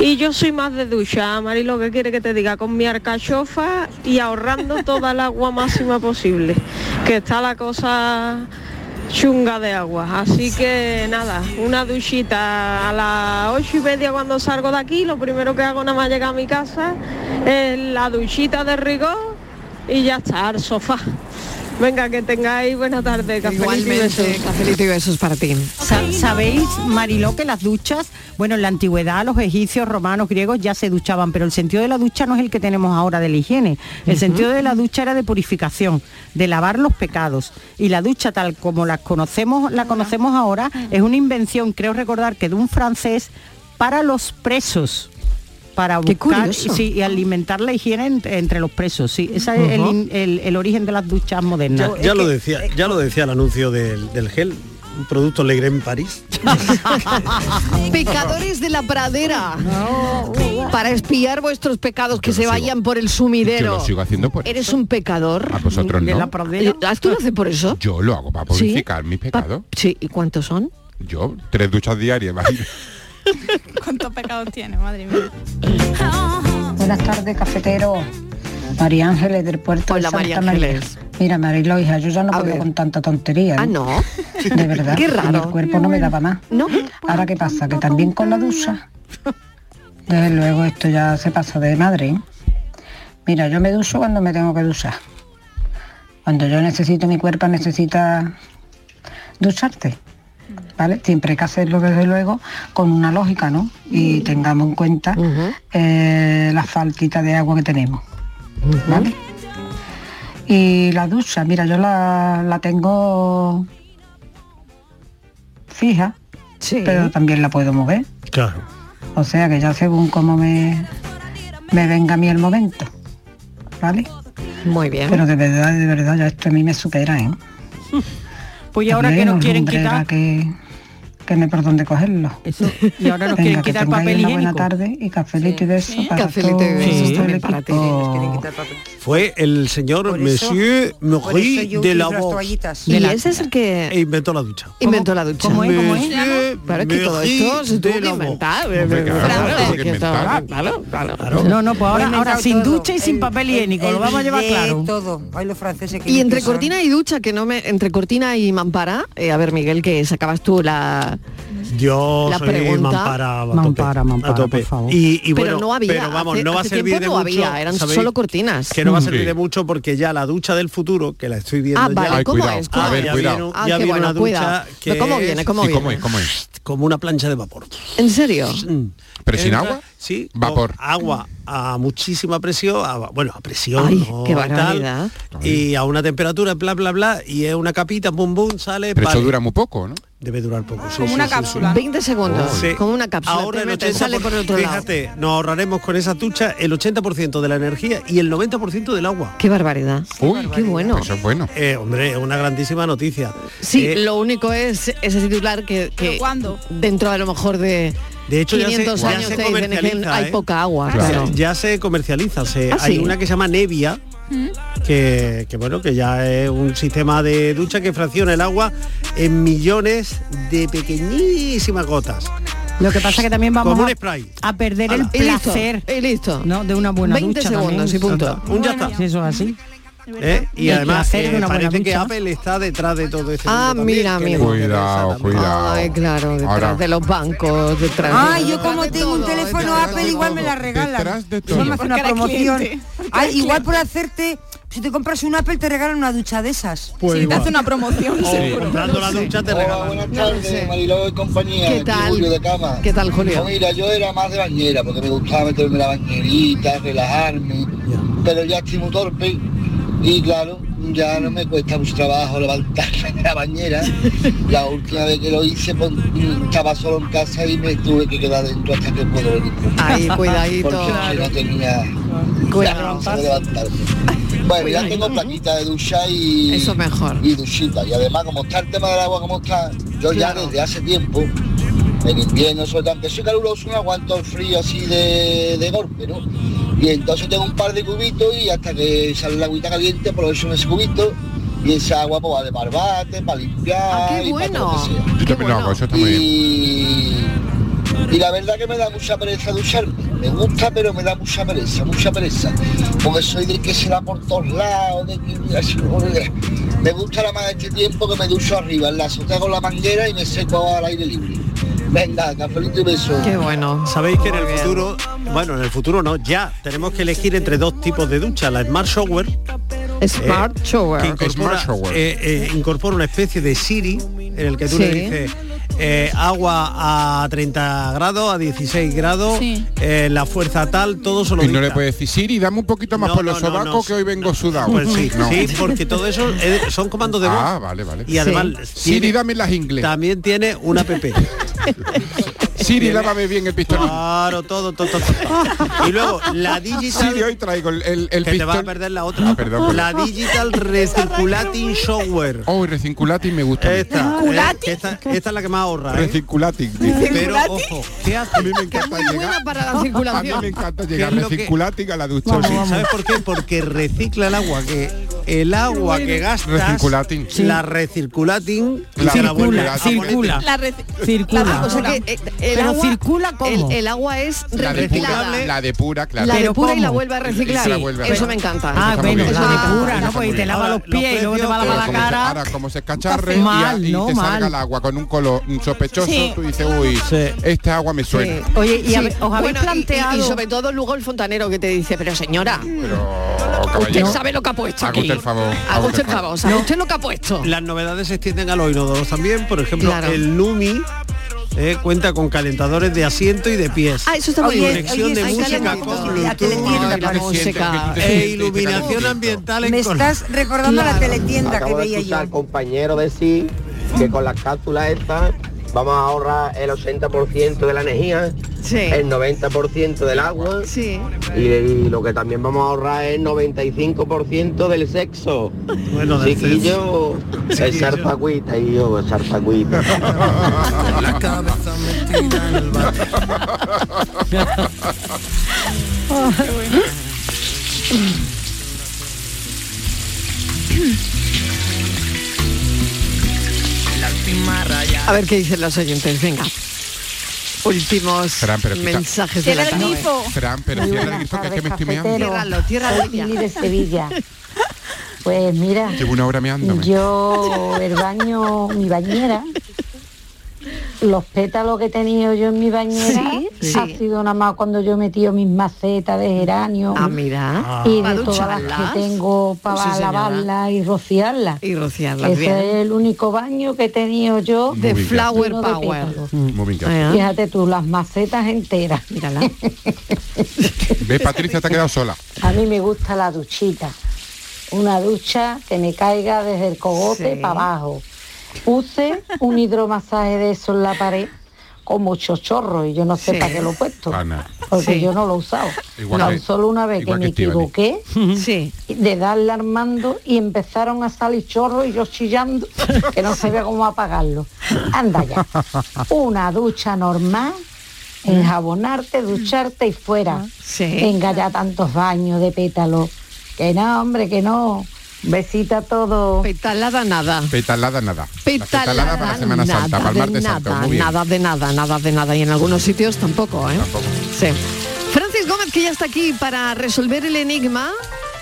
S28: Y yo soy más de ducha, Marilo, que quiere que te diga? Con mi arcachofa y ahorrando toda el agua máxima posible. Que está la cosa chunga de agua. Así que nada, una duchita a las ocho y media cuando salgo de aquí, lo primero que hago nada más llegar a mi casa es la duchita de rigor y ya está, al sofá. Venga, que tengáis buena tarde, cafelito y besos.
S4: Cafelito y besos para ti.
S8: Sa- ¿Sabéis, Mariló, que las duchas, bueno, en la antigüedad los egipcios, romanos, griegos ya se duchaban, pero el sentido de la ducha no es el que tenemos ahora de la higiene. El
S29: Ujú.
S8: sentido de la ducha era de purificación, de lavar los pecados. Y la ducha tal como la conocemos, la conocemos ahora, es una invención, creo recordar, que de un francés para los presos. Para
S4: Qué
S8: buscar y,
S4: curioso.
S8: sí, y alimentar la higiene en- entre los presos. Sí, ese es el,
S6: Ujú.
S8: in- el- el origen de las duchas modernas.
S6: Ya, ya lo decía, ya lo decía el anuncio del, del gel, un producto Legre en París.
S4: Pecadores de la pradera. Para espiar vuestros pecados que se vayan por el sumidero.
S5: Yo lo sigo haciendo por
S4: Eres un pecador.
S5: A vosotros
S4: De
S5: no.
S4: la pradera. ¿Tú lo haces por eso?
S5: Yo lo hago para purificar mis
S4: Pa-
S5: pecados.
S4: Sí, ¿y cuántos son?
S5: Yo, tres duchas diarias. imagínate.
S27: ¿Cuántos pecados tiene, madre mía?
S2: Buenas tardes, cafetero. María Ángeles del puerto
S4: Hola,
S2: de Santa
S4: María
S2: María.
S4: Ángeles.
S2: Mira, Marilo, hija, yo ya no puedo con tanta tontería. Ah,
S4: no.
S2: De verdad.
S4: Qué
S2: y
S4: raro.
S2: El cuerpo no me daba más.
S4: No.
S2: Ahora, ¿qué pasa? Que también con la ducha. Desde luego, esto ya se pasa de madre. ¿eh? Mira, yo me ducho cuando me tengo que duchar. Cuando yo necesito, mi cuerpo necesita ducharte. ¿Vale? Siempre hay que hacerlo, desde luego, con una lógica, ¿no? Y tengamos en cuenta eh, la faltita de agua que tenemos. ¿Vale? Y la ducha, mira, yo la, la tengo fija, pero también la puedo mover.
S6: Claro.
S2: O sea que ya según cómo me, me venga a mí el momento. ¿Vale?
S4: Muy bien.
S2: Pero de verdad, de verdad, ya esto a mí me supera, ¿eh?
S8: Pues y ahora
S2: Hombre,
S8: que nos
S2: una
S8: quieren
S2: lumbrera
S8: quitar.
S2: Que, que no hay por dónde cogerlo.
S8: Y ahora nos
S2: Venga,
S8: quieren
S2: que
S8: quitar
S2: tengáis
S8: papel
S2: una
S8: higiénico.
S2: buena tarde y cafelito y besos para
S4: Cafelito y
S2: todo
S4: besos
S2: el
S4: también para ti.
S2: equipo.
S6: Fue el señor
S2: eso-
S6: Monsieur
S2: por eso
S6: Maury
S2: yo
S6: de la
S2: utilizo las
S6: voz.
S2: toallitas.
S4: Y ese es el que
S6: E inventó la ducha.
S4: inventó la ducha.
S6: ¿Cómo es? ¿Cómo es? Monsieur
S4: Claro, es que todo esto se
S6: de
S4: tuvo que
S6: la voz.
S4: inventar.
S6: Hombre, claro,
S4: Claro,
S6: claro,
S4: es
S6: que
S4: que esto-
S6: inventar.
S4: claro, claro.
S8: No, no, pues ahora,
S9: Lo he
S8: ahora
S9: inventado
S8: sin
S9: todo.
S8: ducha y sin papel
S9: el-
S8: higiénico, lo
S9: el
S8: vamos a llevar
S9: bidet,
S8: claro.
S2: Todo. Hay los franceses que
S4: Y entre
S2: limpiezan.
S4: cortina y ducha, que no me. Entre cortina y mampara, eh, a ver, Miguel, que sacabas tú la.
S6: Yo
S4: La
S6: soy
S4: pregunta-
S6: mampara, a tope,
S4: Mampara, mampara,
S6: a tope.
S4: por favor.
S6: Y, y
S4: Pero
S6: bueno,
S4: no había,
S6: pero vamos,
S4: hace-
S6: no va
S4: hace
S6: a servir
S4: tiempo
S6: de
S4: no
S6: mucho,
S4: había, eran solo cortinas.
S6: Que no va a servir
S4: Mm. Sí.
S6: de mucho porque ya la ducha del futuro, que la estoy viendo
S4: Ah,
S6: ya-
S4: vale, Ay, ¿cómo cuidado, es? ¿Cómo
S6: Ah,
S4: es?
S6: ya
S4: cuidado.
S6: viene-
S4: Ah,
S6: ya
S4: qué
S6: viene una
S4: bueno, cuidado.
S6: ducha que
S4: Pero ¿cómo
S6: es-
S4: viene, cómo ¿Y cómo viene? es, cómo
S6: Como una plancha de vapor.
S4: ¿En serio?
S5: ¿Pero sin
S6: Entra-
S5: agua?
S6: Sí. con
S5: Vapor.
S6: Agua a muchísima presión, a- bueno, a presión.
S5: Ay,
S6: no,
S5: qué
S6: tal,
S5: barbaridad.
S6: y a una temperatura, bla, bla, bla, y es una capita, bum, bum, sale.
S5: Pero
S6: vale.
S5: eso dura muy poco, ¿no?
S6: Debe durar poco. sí, sí, sí, sí.
S4: 20 segundos.
S6: Sí.
S4: Como una cápsula.
S6: Ahorra
S4: te
S6: el
S4: metes, sale
S6: 80%,
S4: por el otro lado.
S6: fíjate, nos ahorraremos con esa ducha el 80% de la energía y el 90% del agua.
S4: Qué barbaridad.
S5: Uy,
S4: qué bueno.
S5: Eso es bueno.
S6: Eh, hombre, es una grandísima noticia.
S4: Sí,
S6: Eh,
S4: lo único es ese titular que, que dentro a lo mejor de,
S6: de hecho, ya se-
S4: 500
S6: ya se,
S4: años te dicen que
S6: comercializa,
S4: hay
S6: ¿eh?
S4: poca agua.
S6: Ya-
S4: Claro.
S6: Ya, se comercializa. se-
S4: ¿Ah,
S6: hay
S4: sí?
S6: una que se llama Nevia, Mm-hmm. que, que, bueno, que ya es un sistema de ducha que fracciona el agua en millones de pequeñísimas gotas.
S8: Lo que pasa que también vamos
S6: Como un
S8: a-
S6: spray.
S8: a, perder el
S6: Ala. Y listo,
S8: placer
S4: y listo.
S8: ¿no? de una buena
S6: 20
S8: ducha
S6: segundos
S8: también.
S6: y punto. Un ya está.
S8: Si eso es así.
S6: ¿eh? Y
S8: El
S6: además
S8: placer de
S6: eh,
S8: una buena
S6: parece que
S8: ducha.
S6: Apple está detrás de todo este esto.
S4: Ah, mira, amigo.
S5: Cuidado, cuidado.
S4: Ay, claro, detrás
S5: Ahora.
S4: de los bancos, detrás
S9: Ay,
S4: de...
S9: yo como tengo un teléfono Apple, igual me la regalan. Igual me hace una
S4: Porque era
S9: promoción.
S4: cliente.
S9: Ay, igual por hacerte, si te compras un Apple te regalan una ducha de esas.
S6: Pues Sí, te igual. hace una Oh,
S9: promoción.
S6: O comprando la ducha te regalan.
S23: Mariló y compañía,
S4: ¿Qué
S23: aquí
S4: tal?
S23: Julio de Cama.
S4: ¿Qué tal, Julio?
S23: No, mira, yo era más de bañera, porque me gustaba meterme en la bañerita, relajarme, pero ya estoy muy torpe y claro, ya no me cuesta mucho trabajo levantarme de la bañera. la última vez que lo hice pues, estaba solo en casa y me tuve que quedar dentro hasta que puedo venir.
S4: Ay, cuidadito.
S23: Porque es que no tenía
S4: Cuidado.
S23: ganas de levantarme. Bueno, ya tengo plaquita de ducha y,
S4: Eso mejor.
S23: y duchita. Y además, como está el tema del agua, como está, yo ya desde hace tiempo, en invierno, sobre todo, aunque soy caluroso, no aguanto el frío así de, de golpe, ¿no? Y entonces tengo un par de cubitos y hasta que sale la agüita caliente, aprovecho ese cubito y esa agua pues, vale para el bate, para limpiar
S4: Ah,
S23: y para todo lo que sea.
S5: Yo también lo hago, eso está muy bien.
S23: Y, y la verdad que me da mucha pereza ducharme. Me gusta, pero me da mucha pereza, mucha pereza. Porque soy del que se da por todos lados. de que- Me gusta la más este tiempo que me ducho arriba, en la azotea con la manguera y me seco al aire libre. Venga, cafelito y beso.
S4: Qué bueno.
S6: Sabéis que en el futuro, bueno, en el futuro no, ya tenemos que elegir entre dos tipos de ducha, la Smart Shower. eh,
S4: Smart Shower.
S6: que incorpora,
S4: Smart Shower.
S6: eh, eh, incorpora una especie de Siri en el que tú le
S4: Sí.
S6: dices eh, agua a 30 grados, a 16 grados,
S5: Sí.
S6: eh, la fuerza tal, todo solo.
S5: Y no le puedes decir, Siri, dame un poquito más
S6: No,
S5: por los
S6: no, no,
S5: sobacos
S6: no.
S5: que hoy vengo sudado.
S6: Pues sí,
S5: No.
S6: sí, porque todo eso eh, son comandos de voz.
S5: Ah, vale, vale.
S6: Y además
S5: Sí. Siri, dame las inglés.
S6: También tiene una app.
S5: Siri, lávame bien el pistolín.
S6: Claro, todo, todo, todo. Y luego la digital
S5: Siri, hoy traigo el, el, el Ah,
S6: que te va a
S5: pistol-
S6: perder la otra. La Digital Recirculating Shower.
S5: Oh, el recirculating me gusta.
S6: Esta, eh, que esta, esta es la que más ahorra. ¿eh?
S5: Recirculating.
S6: Pero ojo, ¿qué hace? A mí me encanta
S4: buena para la
S5: A mí
S4: circulación.
S5: me encanta
S6: ¿Qué
S5: llegar
S6: es lo que-
S5: recirculating a la ducha.
S6: ¿Sabes por qué? Porque recicla el agua, que el agua que gastas,
S5: Recirculating. Sí.
S6: la recirculating,
S5: La
S6: se la vuelve
S5: circula,
S6: a poner-
S5: circula.
S4: La re-
S5: Circula.
S4: la- o sea que, eh, el
S5: Pero
S4: agua,
S5: circula ¿cómo?
S4: El, el agua es
S5: La depura,
S4: reciclada.
S5: la depura, claro.
S4: La depura y la vuelve a reciclar.
S5: Y se la vuelve a
S4: Eso
S5: reciclar.
S4: me encanta.
S5: Ah, Está muy bueno, bien. la Está depura, muy ¿no? bien,
S4: Porque
S5: Porque está te muy lava bien. los
S4: pies y luego te va a
S5: Pero como se- ahora, como se escacharre y,
S4: Mal,
S5: y
S4: no,
S5: te
S4: mal.
S5: salga el agua con un color sospechoso,
S4: Sí.
S5: tú dices, uy, esta agua me suena.
S4: Oye, y
S5: Sí.
S4: habe- os habéis
S5: Bueno, y-
S4: planteado...
S5: y- y
S4: Y, sobre todo luego el fontanero que te dice, pero señora,
S5: Oh,
S4: usted
S5: caballero.
S4: sabe lo que ha puesto
S5: Haga
S4: aquí.
S5: usted el favor.
S4: Haga usted el favor, sabe usted lo que ha puesto.
S6: Las novedades se extienden a los inodoros también, por ejemplo,
S4: Claro.
S6: el Numi eh, cuenta con calentadores de asiento y de pies.
S4: Ah, eso está muy bien.
S6: Conexión
S4: Oye,
S6: de
S4: hay
S6: música
S4: calentador,
S6: con
S4: la teletienda,
S6: Bluetooth
S4: la música.
S6: e iluminación ambiental en
S9: Me
S6: color.
S9: estás recordando la teletienda que
S30: Acabo de
S9: veía yo.
S30: escuchar al compañero decir que con las cápsulas estas vamos a ahorrar el 80% de la energía, el 90% del agua y, y lo que también vamos a ahorrar es el 95% del sexo.
S6: Bueno,
S30: del Chiquillo, el sartagüita y yo, sartagüita.
S31: La cabeza metida en el
S4: A ver qué dicen los oyentes, venga. Últimos
S5: Fran, pero quita-
S4: mensajes de la
S5: Cierra el
S4: tarde.
S5: grifo. Fran, pero
S4: Muy
S5: cierra el
S4: buenas
S5: grifo, que es que me
S4: tardes,
S5: estoy meando.
S4: Ciérralo, ciérralo
S22: Soy
S4: ya.
S22: Pili de Sevilla. Pues mira,
S5: Llevo una hora meándome.
S22: yo el baño, mi bañera, los pétalos que he tenido yo en mi bañera ha sido nada más cuando yo he metido mis macetas de geranio
S4: Ah, mira.
S22: y
S4: Pa'
S22: de todas
S4: ducharlas.
S22: las que tengo
S4: Pues sí,
S22: para
S4: señora.
S22: lavarlas y rociarlas.
S4: Y rociarlas
S22: Ese
S4: bien.
S22: es el único baño que he tenido yo
S4: De
S22: lleno
S4: flower
S22: de
S4: power. Ah,
S22: pétalos.
S5: Muy bien,
S4: ¿eh?
S5: ya.
S22: Fíjate tú, las macetas enteras.
S5: ¿Ves, Patricia, te ha quedado sola?
S22: A mí me gusta la duchita. Una ducha que me caiga desde el cogote para abajo. Puse un hidromasaje de eso en la pared como chochorro y yo no sé
S13: Sí.
S22: para qué lo he puesto.
S5: Ana.
S9: Pues
S22: Porque
S13: Sí.
S22: yo no lo he usado.
S13: Igual
S22: Tan
S13: que-
S22: solo una vez que
S13: igual
S22: me
S13: que Estíbaliz.
S22: equivoqué de darle armando y empezaron a salir chorros y yo chillando que no sabía cómo apagarlo. Anda ya. Una ducha normal,
S4: Mm.
S22: enjabonarte, ducharte y
S4: Ah,
S22: fuera. Venga ya tantos baños de pétalo. Que no, hombre, que no. Besita a todos.
S4: Petalada nada.
S22: Ah.
S5: Petalada nada.
S4: Petalada,
S5: La petalada para Semana
S4: nada
S5: Santa, para el
S4: de
S5: martes
S4: nada,
S5: santo, muy bien.
S4: nada de nada, nada de nada. Y en algunos sitios tampoco, ¿eh? Sí. Francis Gómez, que ya está aquí para resolver el enigma,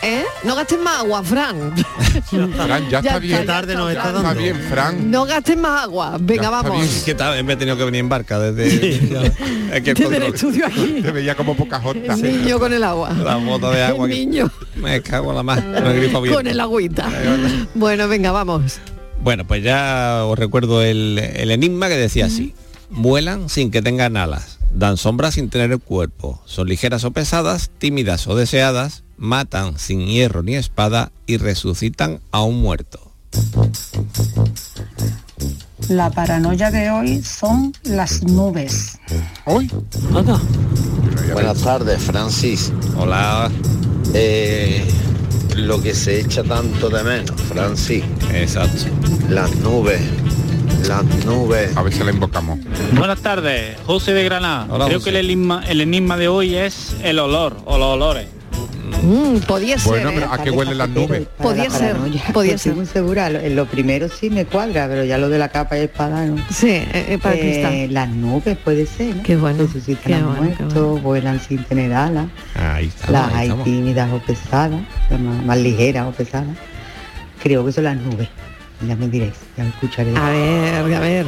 S4: ¿eh? No gastes más agua, Fran.
S5: Fran, ya, está
S4: Ya está,
S5: bien.
S4: ya Tarde
S5: nos está dando. Está bien, Fran.
S4: No gastes más agua. Venga, vamos.
S32: ¿Qué tal? Me he tenido que venir en barca desde, aquí el
S4: Desde el estudio aquí.
S5: Te veía como poca jota.
S4: El niño con el agua.
S32: La bota de agua.
S4: El
S32: que-
S4: niño
S32: Me cago en la más. Con el grifo abierto.
S4: con el agüita. Bueno, venga, vamos.
S32: Bueno, pues ya os recuerdo el, el enigma que decía así. Vuelan sin que tengan alas, dan sombra sin tener el cuerpo, son ligeras o pesadas, tímidas o deseadas, matan sin hierro ni espada y resucitan a un muerto.
S2: La paranoia de hoy son las nubes.
S5: ¿Hoy?
S19: Buenas tardes, Francis. Eh,
S32: Hola.
S19: lo que se echa tanto de menos, Francis.
S32: Exacto.
S19: Las nubes. Las nubes.
S5: A ver si la invocamos.
S20: Buenas tardes, José de Granada.
S5: Hola,
S20: Creo
S5: José.
S20: que el enigma, el enigma de hoy es el olor o los olores.
S4: Mm, podía ser.
S20: Bueno,
S4: ¿eh?
S20: pero ¿a qué huelen las nubes?
S4: Para Podía
S25: la
S4: ser,
S25: paranoia.
S4: podía
S25: Yo estoy muy segura, lo, lo primero sí me cuadra, pero ya lo de la capa y espada no. Eh,
S4: Sí, eh, para el cristal.
S25: Las nubes puede ser, ¿no? Qué bueno. Resucitan
S4: qué
S25: a
S4: bueno, qué
S25: muertos, vuelan sin tener alas.
S32: Ahí Ah, estamos,
S25: Las
S32: ahí
S25: hay
S32: estamos.
S25: tímidas o pesadas, las más, más ligeras o pesadas. Creo que son las nubes. Ya me diréis, ya me escucharé.
S4: A ver, a ver.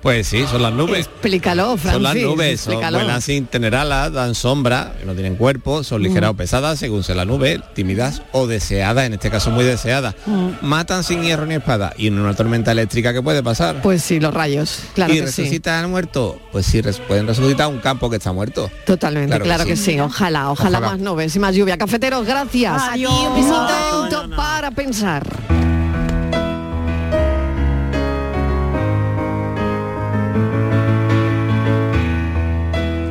S32: Pues sí, son las nubes.
S4: Explícalo, Eh, Francis.
S32: Son las nubes, son
S4: explícalo.
S32: vuelan sin tener alas, dan sombra, no tienen cuerpo, son ligeras
S4: Mm.
S32: o pesadas, según sea la nube, tímidas o deseadas, en este caso muy deseadas.
S4: Mm.
S32: Matan sin hierro ni espada y en una tormenta eléctrica que puede pasar.
S4: Pues sí, los rayos. Claro
S32: y
S4: que sí.
S32: resucitan al muerto, pues sí, res- pueden resucitar un campo que está muerto.
S4: Totalmente, claro, que, sí. Ojalá, ojalá,
S32: Ojalá.
S4: más nubes y más lluvia. Cafeteros, gracias.
S7: Adiós.
S4: Un momento para pensar.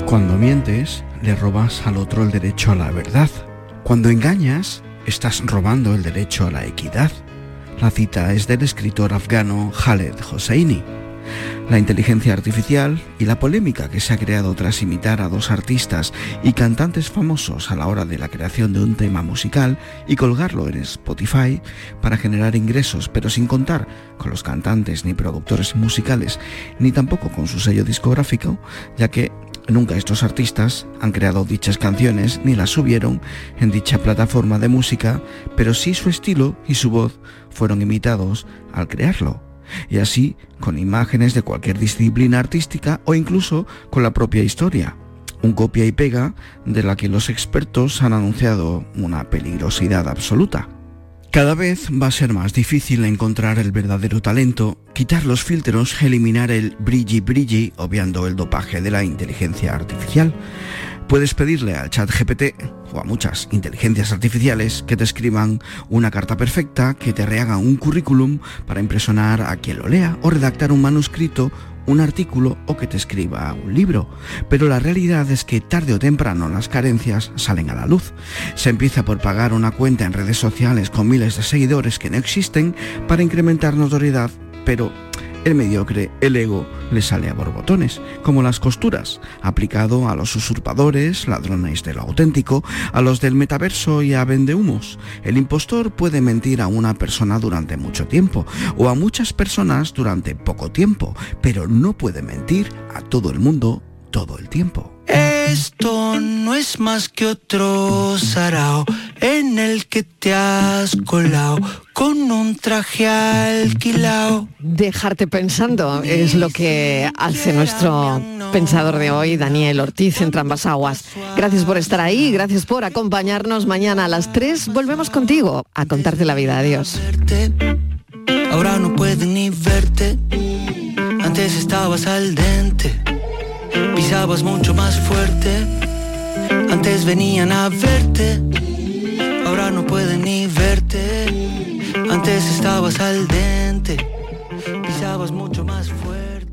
S33: Cuando mientes, le robas al otro el derecho a la verdad. Cuando engañas, estás robando el derecho a la equidad. La cita es del escritor afgano Khaled Hosseini. la inteligencia artificial y la polémica que se ha creado tras imitar a dos artistas y cantantes famosos a la hora de la creación de un tema musical y colgarlo en Spotify para generar ingresos, pero sin contar con los cantantes ni productores musicales, ni tampoco con su sello discográfico, ya que nunca estos artistas han creado dichas canciones ni las subieron en dicha plataforma de música, pero sí su estilo y su voz fueron imitados al crearlo y así con imágenes de cualquier disciplina artística o incluso con la propia historia. Un copia y pega de la que los expertos han anunciado una peligrosidad absoluta. Cada vez va a ser más difícil encontrar el verdadero talento, quitar los filtros, eliminar el brilli brilli, obviando el dopaje de la inteligencia artificial. Puedes pedirle al chat GPT o a muchas inteligencias artificiales que te escriban una carta perfecta, que te rehagan un currículum para impresionar a quien lo lea o redactar un manuscrito, un artículo o que te escriba un libro. Pero la realidad es que tarde o temprano las carencias salen a la luz. Se empieza por pagar una cuenta en redes sociales con miles de seguidores que no existen para incrementar notoriedad, pero el mediocre, el ego, le sale a borbotones, como las costuras, aplicado a los usurpadores, ladrones de lo auténtico, a los del metaverso y a vendehumos. El impostor puede mentir a una persona durante mucho tiempo, o a muchas personas durante poco tiempo, pero no puede mentir a todo el mundo todo el tiempo.
S31: Eh, Esto no es más que otro sarao en el que te has colado con un traje alquilao.
S4: Dejarte pensando es lo que hace nuestro pensador de hoy, Daniel Ortiz, en Trambas Aguas. Gracias por estar ahí, gracias por acompañarnos. Mañana a las 3 volvemos contigo a contarte la vida. Adiós.
S31: Ahora no pueden ni verte. Antes estabas al dente, pisabas mucho más fuerte. Antes venían a verte, ahora no pueden ni verte. Antes estabas al dente, pisabas mucho más fuerte.